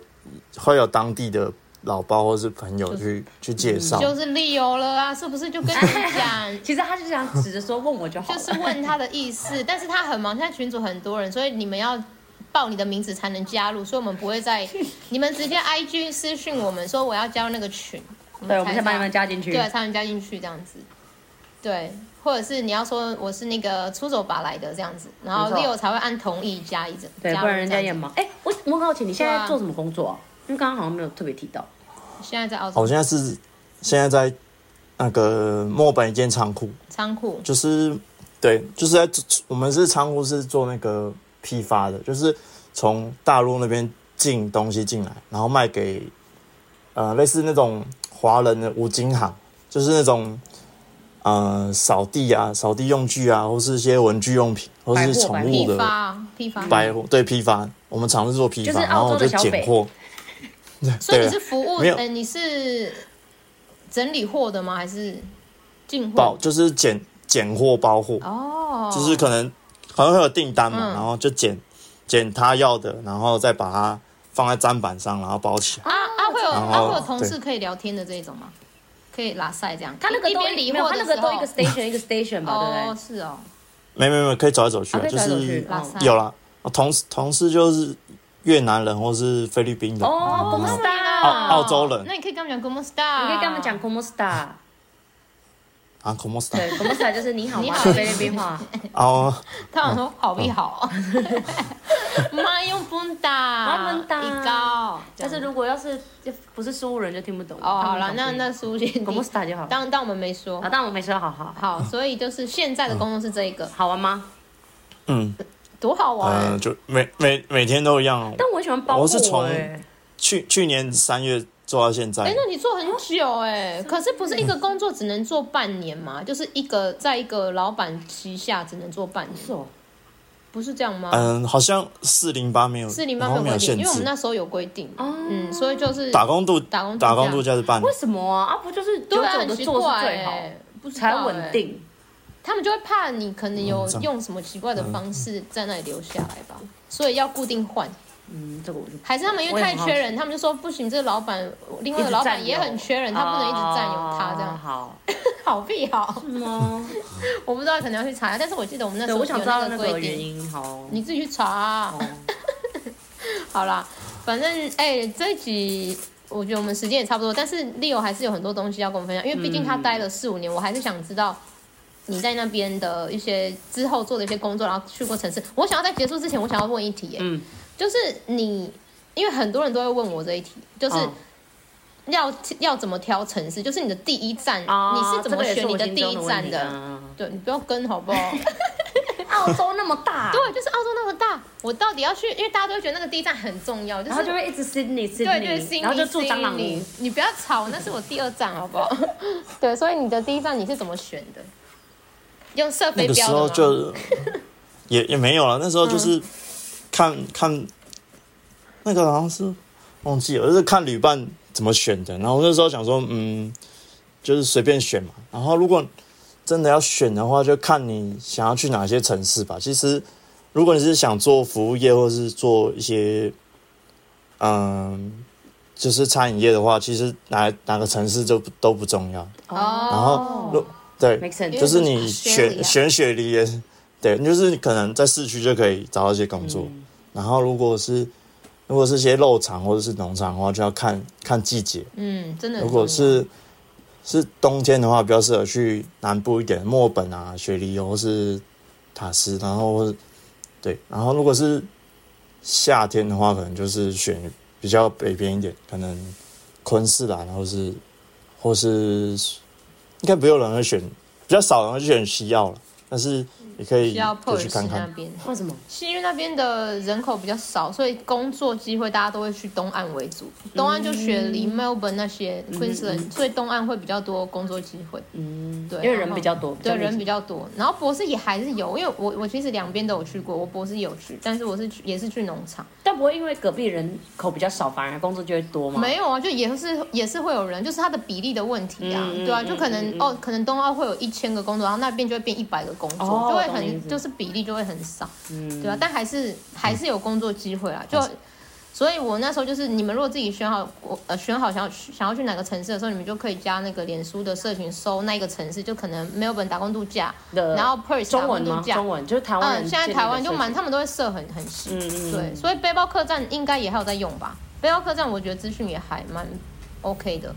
Speaker 3: 会有当地的老包或是朋友去去介绍。
Speaker 2: 嗯就是理由了啊，是不是？就跟你讲，
Speaker 1: 其实他就想指着说问我就好
Speaker 2: 就
Speaker 1: 了。
Speaker 2: 是问他的意思，但是他很忙，现在群组很多人，所以你们要报你的名字才能加入，所以我们不会在 你们直接 IG 私讯我们说我要加入那个群，
Speaker 1: 对，我们
Speaker 2: 才
Speaker 1: 先把你
Speaker 2: 加
Speaker 1: 们加进去。
Speaker 2: 对，才能加进去这样子。对，或者是你要说我是那个出走吧来的这样子，然后
Speaker 1: 没错
Speaker 2: Leo 才会按同意加一整，
Speaker 1: 对，
Speaker 2: 加
Speaker 1: 不
Speaker 2: 入
Speaker 1: 然人家
Speaker 2: 这
Speaker 1: 也
Speaker 2: 样子。
Speaker 1: 忙。哎、我我很好奇，你现
Speaker 2: 对
Speaker 1: 在
Speaker 2: 啊
Speaker 1: 做什么工作、啊？因为刚刚好像没有特别提到。
Speaker 2: 现在在澳
Speaker 3: 哦
Speaker 2: 洲
Speaker 3: 我现在是现在在那个墨本一间仓库，
Speaker 2: 仓库，
Speaker 3: 就是对，就是在我们是仓库是做那个批发的，就是从大陆那边进东西进来，然后卖给呃类似那种华人的五金行，就是那种呃扫地啊、扫地用具啊，或是一些文具用品，或是宠
Speaker 1: 我
Speaker 3: 物
Speaker 2: 批
Speaker 3: 的
Speaker 2: 发批发，
Speaker 3: 百货对批发，我们常是做批
Speaker 1: 就是
Speaker 3: 发，然后
Speaker 1: 澳
Speaker 3: 我
Speaker 1: 洲的小
Speaker 3: 就拣
Speaker 1: 北
Speaker 3: 货。
Speaker 2: 所以
Speaker 3: 对
Speaker 2: 你
Speaker 3: 啊
Speaker 2: 是服务，
Speaker 3: 没有
Speaker 2: 呃，你是整理货的吗？还是进
Speaker 3: 包
Speaker 2: 货？
Speaker 3: 就是拣拣货包货，
Speaker 2: 哦，
Speaker 3: 就是可能可能会有订单嘛，
Speaker 2: 嗯
Speaker 3: 然后就剪剪他要的，然后再把它放在砧板上，然后包起来。
Speaker 2: 啊啊，会有
Speaker 3: 然后
Speaker 2: 啊会有同事可以聊天的这一种吗？可以拉塞这样，
Speaker 1: 他那个
Speaker 2: 一
Speaker 1: 都
Speaker 2: 边理
Speaker 1: 没有，
Speaker 2: 货
Speaker 1: 他
Speaker 2: 的
Speaker 1: 那
Speaker 2: 时
Speaker 1: 个
Speaker 2: 候
Speaker 1: 都一个欸 station 一个 station 吧，对不对？
Speaker 2: 哦，是哦，
Speaker 3: 没没没，可以走来走去、
Speaker 1: 啊可以
Speaker 3: 就
Speaker 1: 走来走去
Speaker 3: 是
Speaker 1: 哦
Speaker 2: 拉塞
Speaker 3: 有啦。同事同事就是越南人或是菲律宾人，
Speaker 1: 哦，公司
Speaker 2: 那
Speaker 1: star，
Speaker 2: 啊
Speaker 3: 澳澳洲人
Speaker 2: 哦那你可以跟他们讲 “Como star”，
Speaker 1: 你可以跟他们讲 como star，
Speaker 3: 啊 c o m o s t
Speaker 1: 对
Speaker 3: a
Speaker 1: como star 就是你好
Speaker 2: 你
Speaker 1: 吗？
Speaker 2: 好
Speaker 1: 菲律宾 话，
Speaker 3: 哦，
Speaker 2: 他们说好不好？
Speaker 3: 嗯
Speaker 2: 妈用 bunda，
Speaker 1: 妈 bunda
Speaker 2: 一高，
Speaker 1: 但是如果要是就不是苏人就听不懂。
Speaker 2: 哦，好了，那那苏先，
Speaker 1: como star 就好了。
Speaker 2: 当当我们没说
Speaker 1: 啊，，但我没说，好好
Speaker 2: 好，所以就是现在的工作是这一个，
Speaker 1: 好玩吗？
Speaker 3: 嗯
Speaker 2: 多好玩啊
Speaker 3: 呃，！就每每每天都一样。
Speaker 1: 但我很喜欢包
Speaker 3: 我是
Speaker 1: 裹
Speaker 3: 从
Speaker 1: 哎，
Speaker 3: 去去年三月做到现在，
Speaker 2: 哎、那你做很久哎、
Speaker 1: 哦
Speaker 2: 可是不是一个工作只能做半年嘛？就是一个在一个老板旗下只能做半年，
Speaker 1: 是哦，
Speaker 2: 不是这样吗？
Speaker 3: 嗯，好像四零八没有，
Speaker 2: 四零八
Speaker 3: 好像
Speaker 2: 没
Speaker 3: 没
Speaker 2: 有规定，
Speaker 3: 限
Speaker 2: 因为我们
Speaker 3: 制。
Speaker 2: 那时候有规定，
Speaker 1: 哦
Speaker 2: 嗯，所以就是
Speaker 3: 打工度
Speaker 2: 打工度
Speaker 3: 打工
Speaker 2: 假
Speaker 3: 度假是半年
Speaker 1: 为，什么啊？啊，不就是
Speaker 2: 对
Speaker 1: 九
Speaker 2: 啊，
Speaker 1: 九
Speaker 2: 很
Speaker 1: 的
Speaker 2: 奇
Speaker 1: 做
Speaker 2: 怪
Speaker 1: 是最好，
Speaker 2: 欸，不知道
Speaker 1: 才
Speaker 2: 欸
Speaker 1: 稳。定。
Speaker 2: 他们就会怕你可能有
Speaker 3: 嗯这样
Speaker 2: 用什么奇怪的方式在那里留下来吧，所以要固定换。
Speaker 1: 嗯，这个我就不
Speaker 2: 还是他们因为太缺人，他们就说不行，这老板另外
Speaker 1: 一
Speaker 2: 的
Speaker 1: 直
Speaker 2: 老
Speaker 1: 占
Speaker 2: 板
Speaker 1: 有
Speaker 2: 也很缺人，欸他不能一直占有他
Speaker 1: 哦
Speaker 2: 这样，嗯
Speaker 1: 好，
Speaker 2: 好屁哦好，
Speaker 1: 是 吗？
Speaker 2: 我不知道可能要去查，但是我记得我们那时
Speaker 1: 对，
Speaker 2: 候
Speaker 1: 我想知道
Speaker 2: 有
Speaker 1: 那
Speaker 2: 那个
Speaker 1: 个
Speaker 2: 规
Speaker 1: 原
Speaker 2: 定，
Speaker 1: 因。好，
Speaker 2: 你自己去查啊。
Speaker 1: 哦
Speaker 2: 好啦，反正哎、这一集我觉得我们时间也差不多，但是 Leo 还是有很多东西要跟我们分享，因为毕竟他待了四五年，我还是想知道你在那边的一些之后做的一些工作，然后去过城市。我想要在结束之前，我想要问一题、哎、
Speaker 1: 嗯，
Speaker 2: 就是你，因为很多人都会问我这一题，就是
Speaker 1: 哦
Speaker 2: 要、要怎么挑城市，就是你的第一站，
Speaker 1: 哦
Speaker 2: 你是怎么
Speaker 1: 这个也
Speaker 2: 选你
Speaker 1: 我
Speaker 2: 的
Speaker 1: 心
Speaker 2: 第
Speaker 1: 中
Speaker 2: 一
Speaker 1: 问
Speaker 2: 站
Speaker 1: 题
Speaker 2: 的？
Speaker 1: 嗯
Speaker 2: 对你不要跟好不好？
Speaker 1: 澳洲那么大，
Speaker 2: 对，就是澳洲那么大，我到底要去？因为大家都会觉得那个第一站很重要，就
Speaker 1: 然后
Speaker 2: 是
Speaker 1: 就会一直 Sydney
Speaker 2: 对，就是
Speaker 1: Sydney，
Speaker 2: 心
Speaker 1: 然后就住
Speaker 2: 心
Speaker 1: 蟑螂
Speaker 2: 里
Speaker 1: 屋。
Speaker 2: 你不要吵，那是我第二站，好不好？ 对，所以你的第一站你是怎么选的？用射
Speaker 3: 那
Speaker 2: 飞
Speaker 3: 个时
Speaker 2: 镖的
Speaker 3: 候
Speaker 2: 吗？ 嗯
Speaker 3: 就也也没有了，那时候就是看、看那个好像是忘记了，就是看旅伴怎么选的。然后那时候想说，嗯，就是随便选嘛。然后如果真的要选的话，就看你想要去哪些城市吧。其实如果你是想做服务业，或是做一些嗯。就是餐饮业的话，其实哪哪个城市就不都不重要。然后如
Speaker 2: 哦，
Speaker 3: 对，
Speaker 1: 哦，make sense，
Speaker 2: 因
Speaker 1: 就
Speaker 2: 为
Speaker 3: 就是是你
Speaker 2: 雪梨啊
Speaker 3: 选选雪梨也是，对，你就是可能在市区就可以找到一些工作。
Speaker 2: 嗯
Speaker 3: 然后如果是如果是些肉场或者是农场的话，就要看看季节。
Speaker 2: 嗯，真的很重要。
Speaker 3: 如果是是冬天的话，比较适合去南部一点，墨尔本啊、雪梨或是塔斯。然后或是对，然后如果是夏天的话，可能就是选比较北边一点，可能昆士兰或是或是应该没有人会选，比较少人会选西澳了。但是也可以
Speaker 2: 需要
Speaker 3: 就
Speaker 2: 珀尔
Speaker 3: 去
Speaker 2: 西
Speaker 3: 看
Speaker 2: 那
Speaker 3: 看，
Speaker 2: 边，
Speaker 1: 为什么？
Speaker 2: 是因为那边的人口比较少，所以工作机会大家都会去东岸为主。东岸就雪梨、Melbourne 那些 Queensland，所以东岸会比较多工作机会。
Speaker 1: 嗯，
Speaker 2: 对，
Speaker 1: 因为
Speaker 2: 然
Speaker 1: 人
Speaker 2: 后
Speaker 1: 比较多，比较
Speaker 2: 对，人
Speaker 1: 密
Speaker 2: 比较多。然后博士也还是有，因为我我其实两边都有去过，我博士也有去，但是我是去也是去农场，
Speaker 1: 但不会因为隔壁人口比较少，反而工作就会多吗？
Speaker 2: 没有啊，就也是也是会有人，就是它的比例的问题啊，
Speaker 1: 嗯嗯
Speaker 2: 对啊，
Speaker 1: 嗯
Speaker 2: 就可能、
Speaker 1: 嗯嗯
Speaker 2: 哦，可能冬奥会有一千个工作，然后那边就会变一百个工作，
Speaker 1: 哦
Speaker 2: 就会
Speaker 1: 懂你意
Speaker 2: 很
Speaker 1: 思
Speaker 2: 就是比例就会很少，
Speaker 1: 嗯，
Speaker 2: 对啊，但还是还是有工作机会啊，就。所以我那时候就是，你们如果自己选好我呃选好想要去想要去哪个城市的时候，你们就可以加那个脸书的社群搜那一个城市，就可能 Melbourne 打工度假，
Speaker 1: 的
Speaker 2: 然后 Perth 打
Speaker 1: 呃中
Speaker 2: 工
Speaker 1: 文
Speaker 2: 度
Speaker 1: 吗？
Speaker 2: 假，
Speaker 1: 中文就是台湾人
Speaker 2: 嗯，
Speaker 1: 建立的社群，
Speaker 2: 现在台湾就蛮，他们都会设很很细，
Speaker 1: 嗯嗯嗯
Speaker 2: 对，所以背包客栈应该也还有在用吧？背包客栈我觉得资讯也还蛮 OK 的。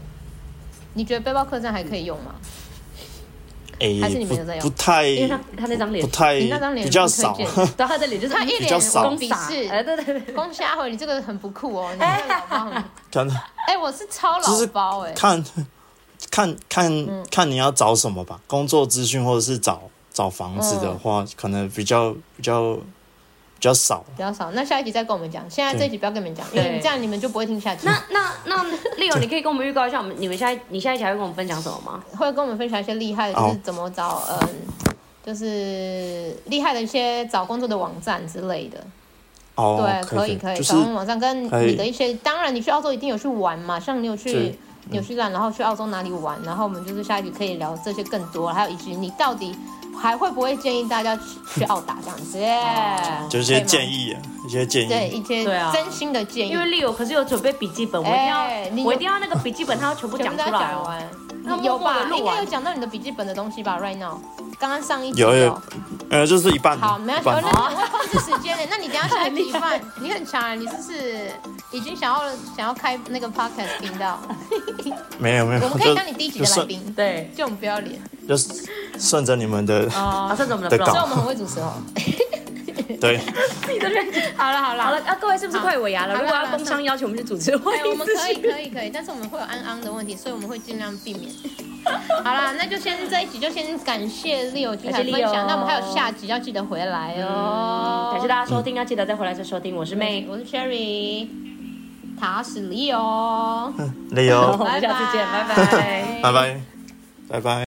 Speaker 2: 你觉得背包客栈还可以用吗？
Speaker 1: 嗯
Speaker 3: 诶、
Speaker 2: 还是你们有在用
Speaker 3: 不不太
Speaker 1: 因为他他那张脸
Speaker 3: 不， 太
Speaker 2: 你那张脸
Speaker 3: 比较
Speaker 2: 不推
Speaker 3: 少，
Speaker 2: 荐
Speaker 1: 对，他的脸就是
Speaker 2: 他一
Speaker 3: 比
Speaker 2: 脸
Speaker 3: 较少
Speaker 2: 无
Speaker 1: 公
Speaker 2: 鄙
Speaker 1: 傻，哎，
Speaker 2: 视，
Speaker 1: 对对对，
Speaker 2: 恭喜阿辉，你这个很不 酷哦，你这个老包很，
Speaker 3: 可能
Speaker 2: 哎，我是超
Speaker 3: 就是
Speaker 2: 老包哎，
Speaker 3: 看看
Speaker 2: 嗯
Speaker 3: 看看你要找什么吧，工作资讯或者是找找房子的话，
Speaker 2: 嗯
Speaker 3: 可能比较比较比较少。
Speaker 2: 比较少。那下一集再跟我们讲，现在这一集不要跟你们讲，因
Speaker 1: 对
Speaker 2: 为这样你们就不会听下去。
Speaker 1: 那那那 Leo，你可以跟我们预告一下，我们你们下一你下一期还会跟我们分享什么吗？
Speaker 2: 会跟我们分享一些厉害的，就
Speaker 3: 好
Speaker 2: 是怎么找嗯，就是厉害的一些找工作的网站之类的。
Speaker 3: 哦，
Speaker 2: 对，
Speaker 3: 可
Speaker 2: 以可以，
Speaker 3: 就是
Speaker 2: 找网站跟
Speaker 3: 可
Speaker 2: 你
Speaker 3: 以
Speaker 2: 的一些，当然你去澳洲一定有去玩嘛，像你有去
Speaker 3: 对
Speaker 2: 纽西兰，然后去澳洲哪里玩，然后我们就是下一集可以聊这些更多，还有以及你到底还会不会建议大家去去澳打这样子，耶
Speaker 3: 就是一
Speaker 2: 可以
Speaker 3: 些
Speaker 2: 吗
Speaker 3: 建议啊，一些建
Speaker 2: 对
Speaker 3: 议。
Speaker 2: 一些
Speaker 1: 对啊
Speaker 2: 真心的建议，
Speaker 1: 因为 Leo 可是有准备笔记本，我一定
Speaker 2: 哎你
Speaker 1: 要
Speaker 2: 有
Speaker 1: 我一定要那个笔记本，他要全部
Speaker 2: 全
Speaker 1: 讲
Speaker 2: 部
Speaker 1: 出
Speaker 2: 都要
Speaker 1: 来
Speaker 2: 讲
Speaker 1: 哦。
Speaker 2: 完，
Speaker 1: 那默
Speaker 2: 有
Speaker 1: 默
Speaker 2: 吧
Speaker 1: 地？录
Speaker 2: 应该有
Speaker 1: 完
Speaker 2: 讲到你的笔记本的东西吧？Right now，刚刚上一集哦
Speaker 3: 有有，呃，就是一半，
Speaker 2: 好，没有
Speaker 3: 一
Speaker 2: 系，我
Speaker 3: 半
Speaker 2: 那你会控制时间的。那你等一下下一集饭，你很强啊，你是不是已经想要想要开那个 podcast 频道？
Speaker 3: 没有没 有，
Speaker 2: 我们可以当你第一集的
Speaker 3: 就
Speaker 2: 来
Speaker 3: 顺
Speaker 2: 宾，
Speaker 1: 对，
Speaker 2: 这种不要脸，
Speaker 3: 就顺着你们的，
Speaker 2: 哦
Speaker 1: 啊，这是我们的 flow
Speaker 3: 的
Speaker 2: 所以
Speaker 3: 稿
Speaker 2: 我们很会主持哦。
Speaker 3: 对，
Speaker 1: 自己都认真
Speaker 2: 好了好了
Speaker 1: 好了，啊，各位是不是快尾牙了？
Speaker 2: 好
Speaker 1: 如果
Speaker 2: 好
Speaker 1: 要
Speaker 2: 了
Speaker 1: 工商邀请我们去主持会
Speaker 2: 哎，我
Speaker 1: 议，
Speaker 2: 们
Speaker 1: 私
Speaker 2: 可以
Speaker 1: 信
Speaker 2: 可以可以，但是我们会有安安的问题，所以我们会尽量避 免。好啦，那就先这一集就先感谢 Leo 精彩
Speaker 1: 感
Speaker 2: 分
Speaker 1: 谢
Speaker 2: 享，
Speaker 1: Leo 嗯
Speaker 2: 那我们还有下集要记得回来哦。
Speaker 1: 感谢大家收听，要记得再回来再收听。我是妹，
Speaker 2: 我是 Sherry，他是 Leo，
Speaker 3: 理由，
Speaker 1: 我们下次见
Speaker 2: 拜
Speaker 1: 拜拜
Speaker 3: 拜拜，拜拜。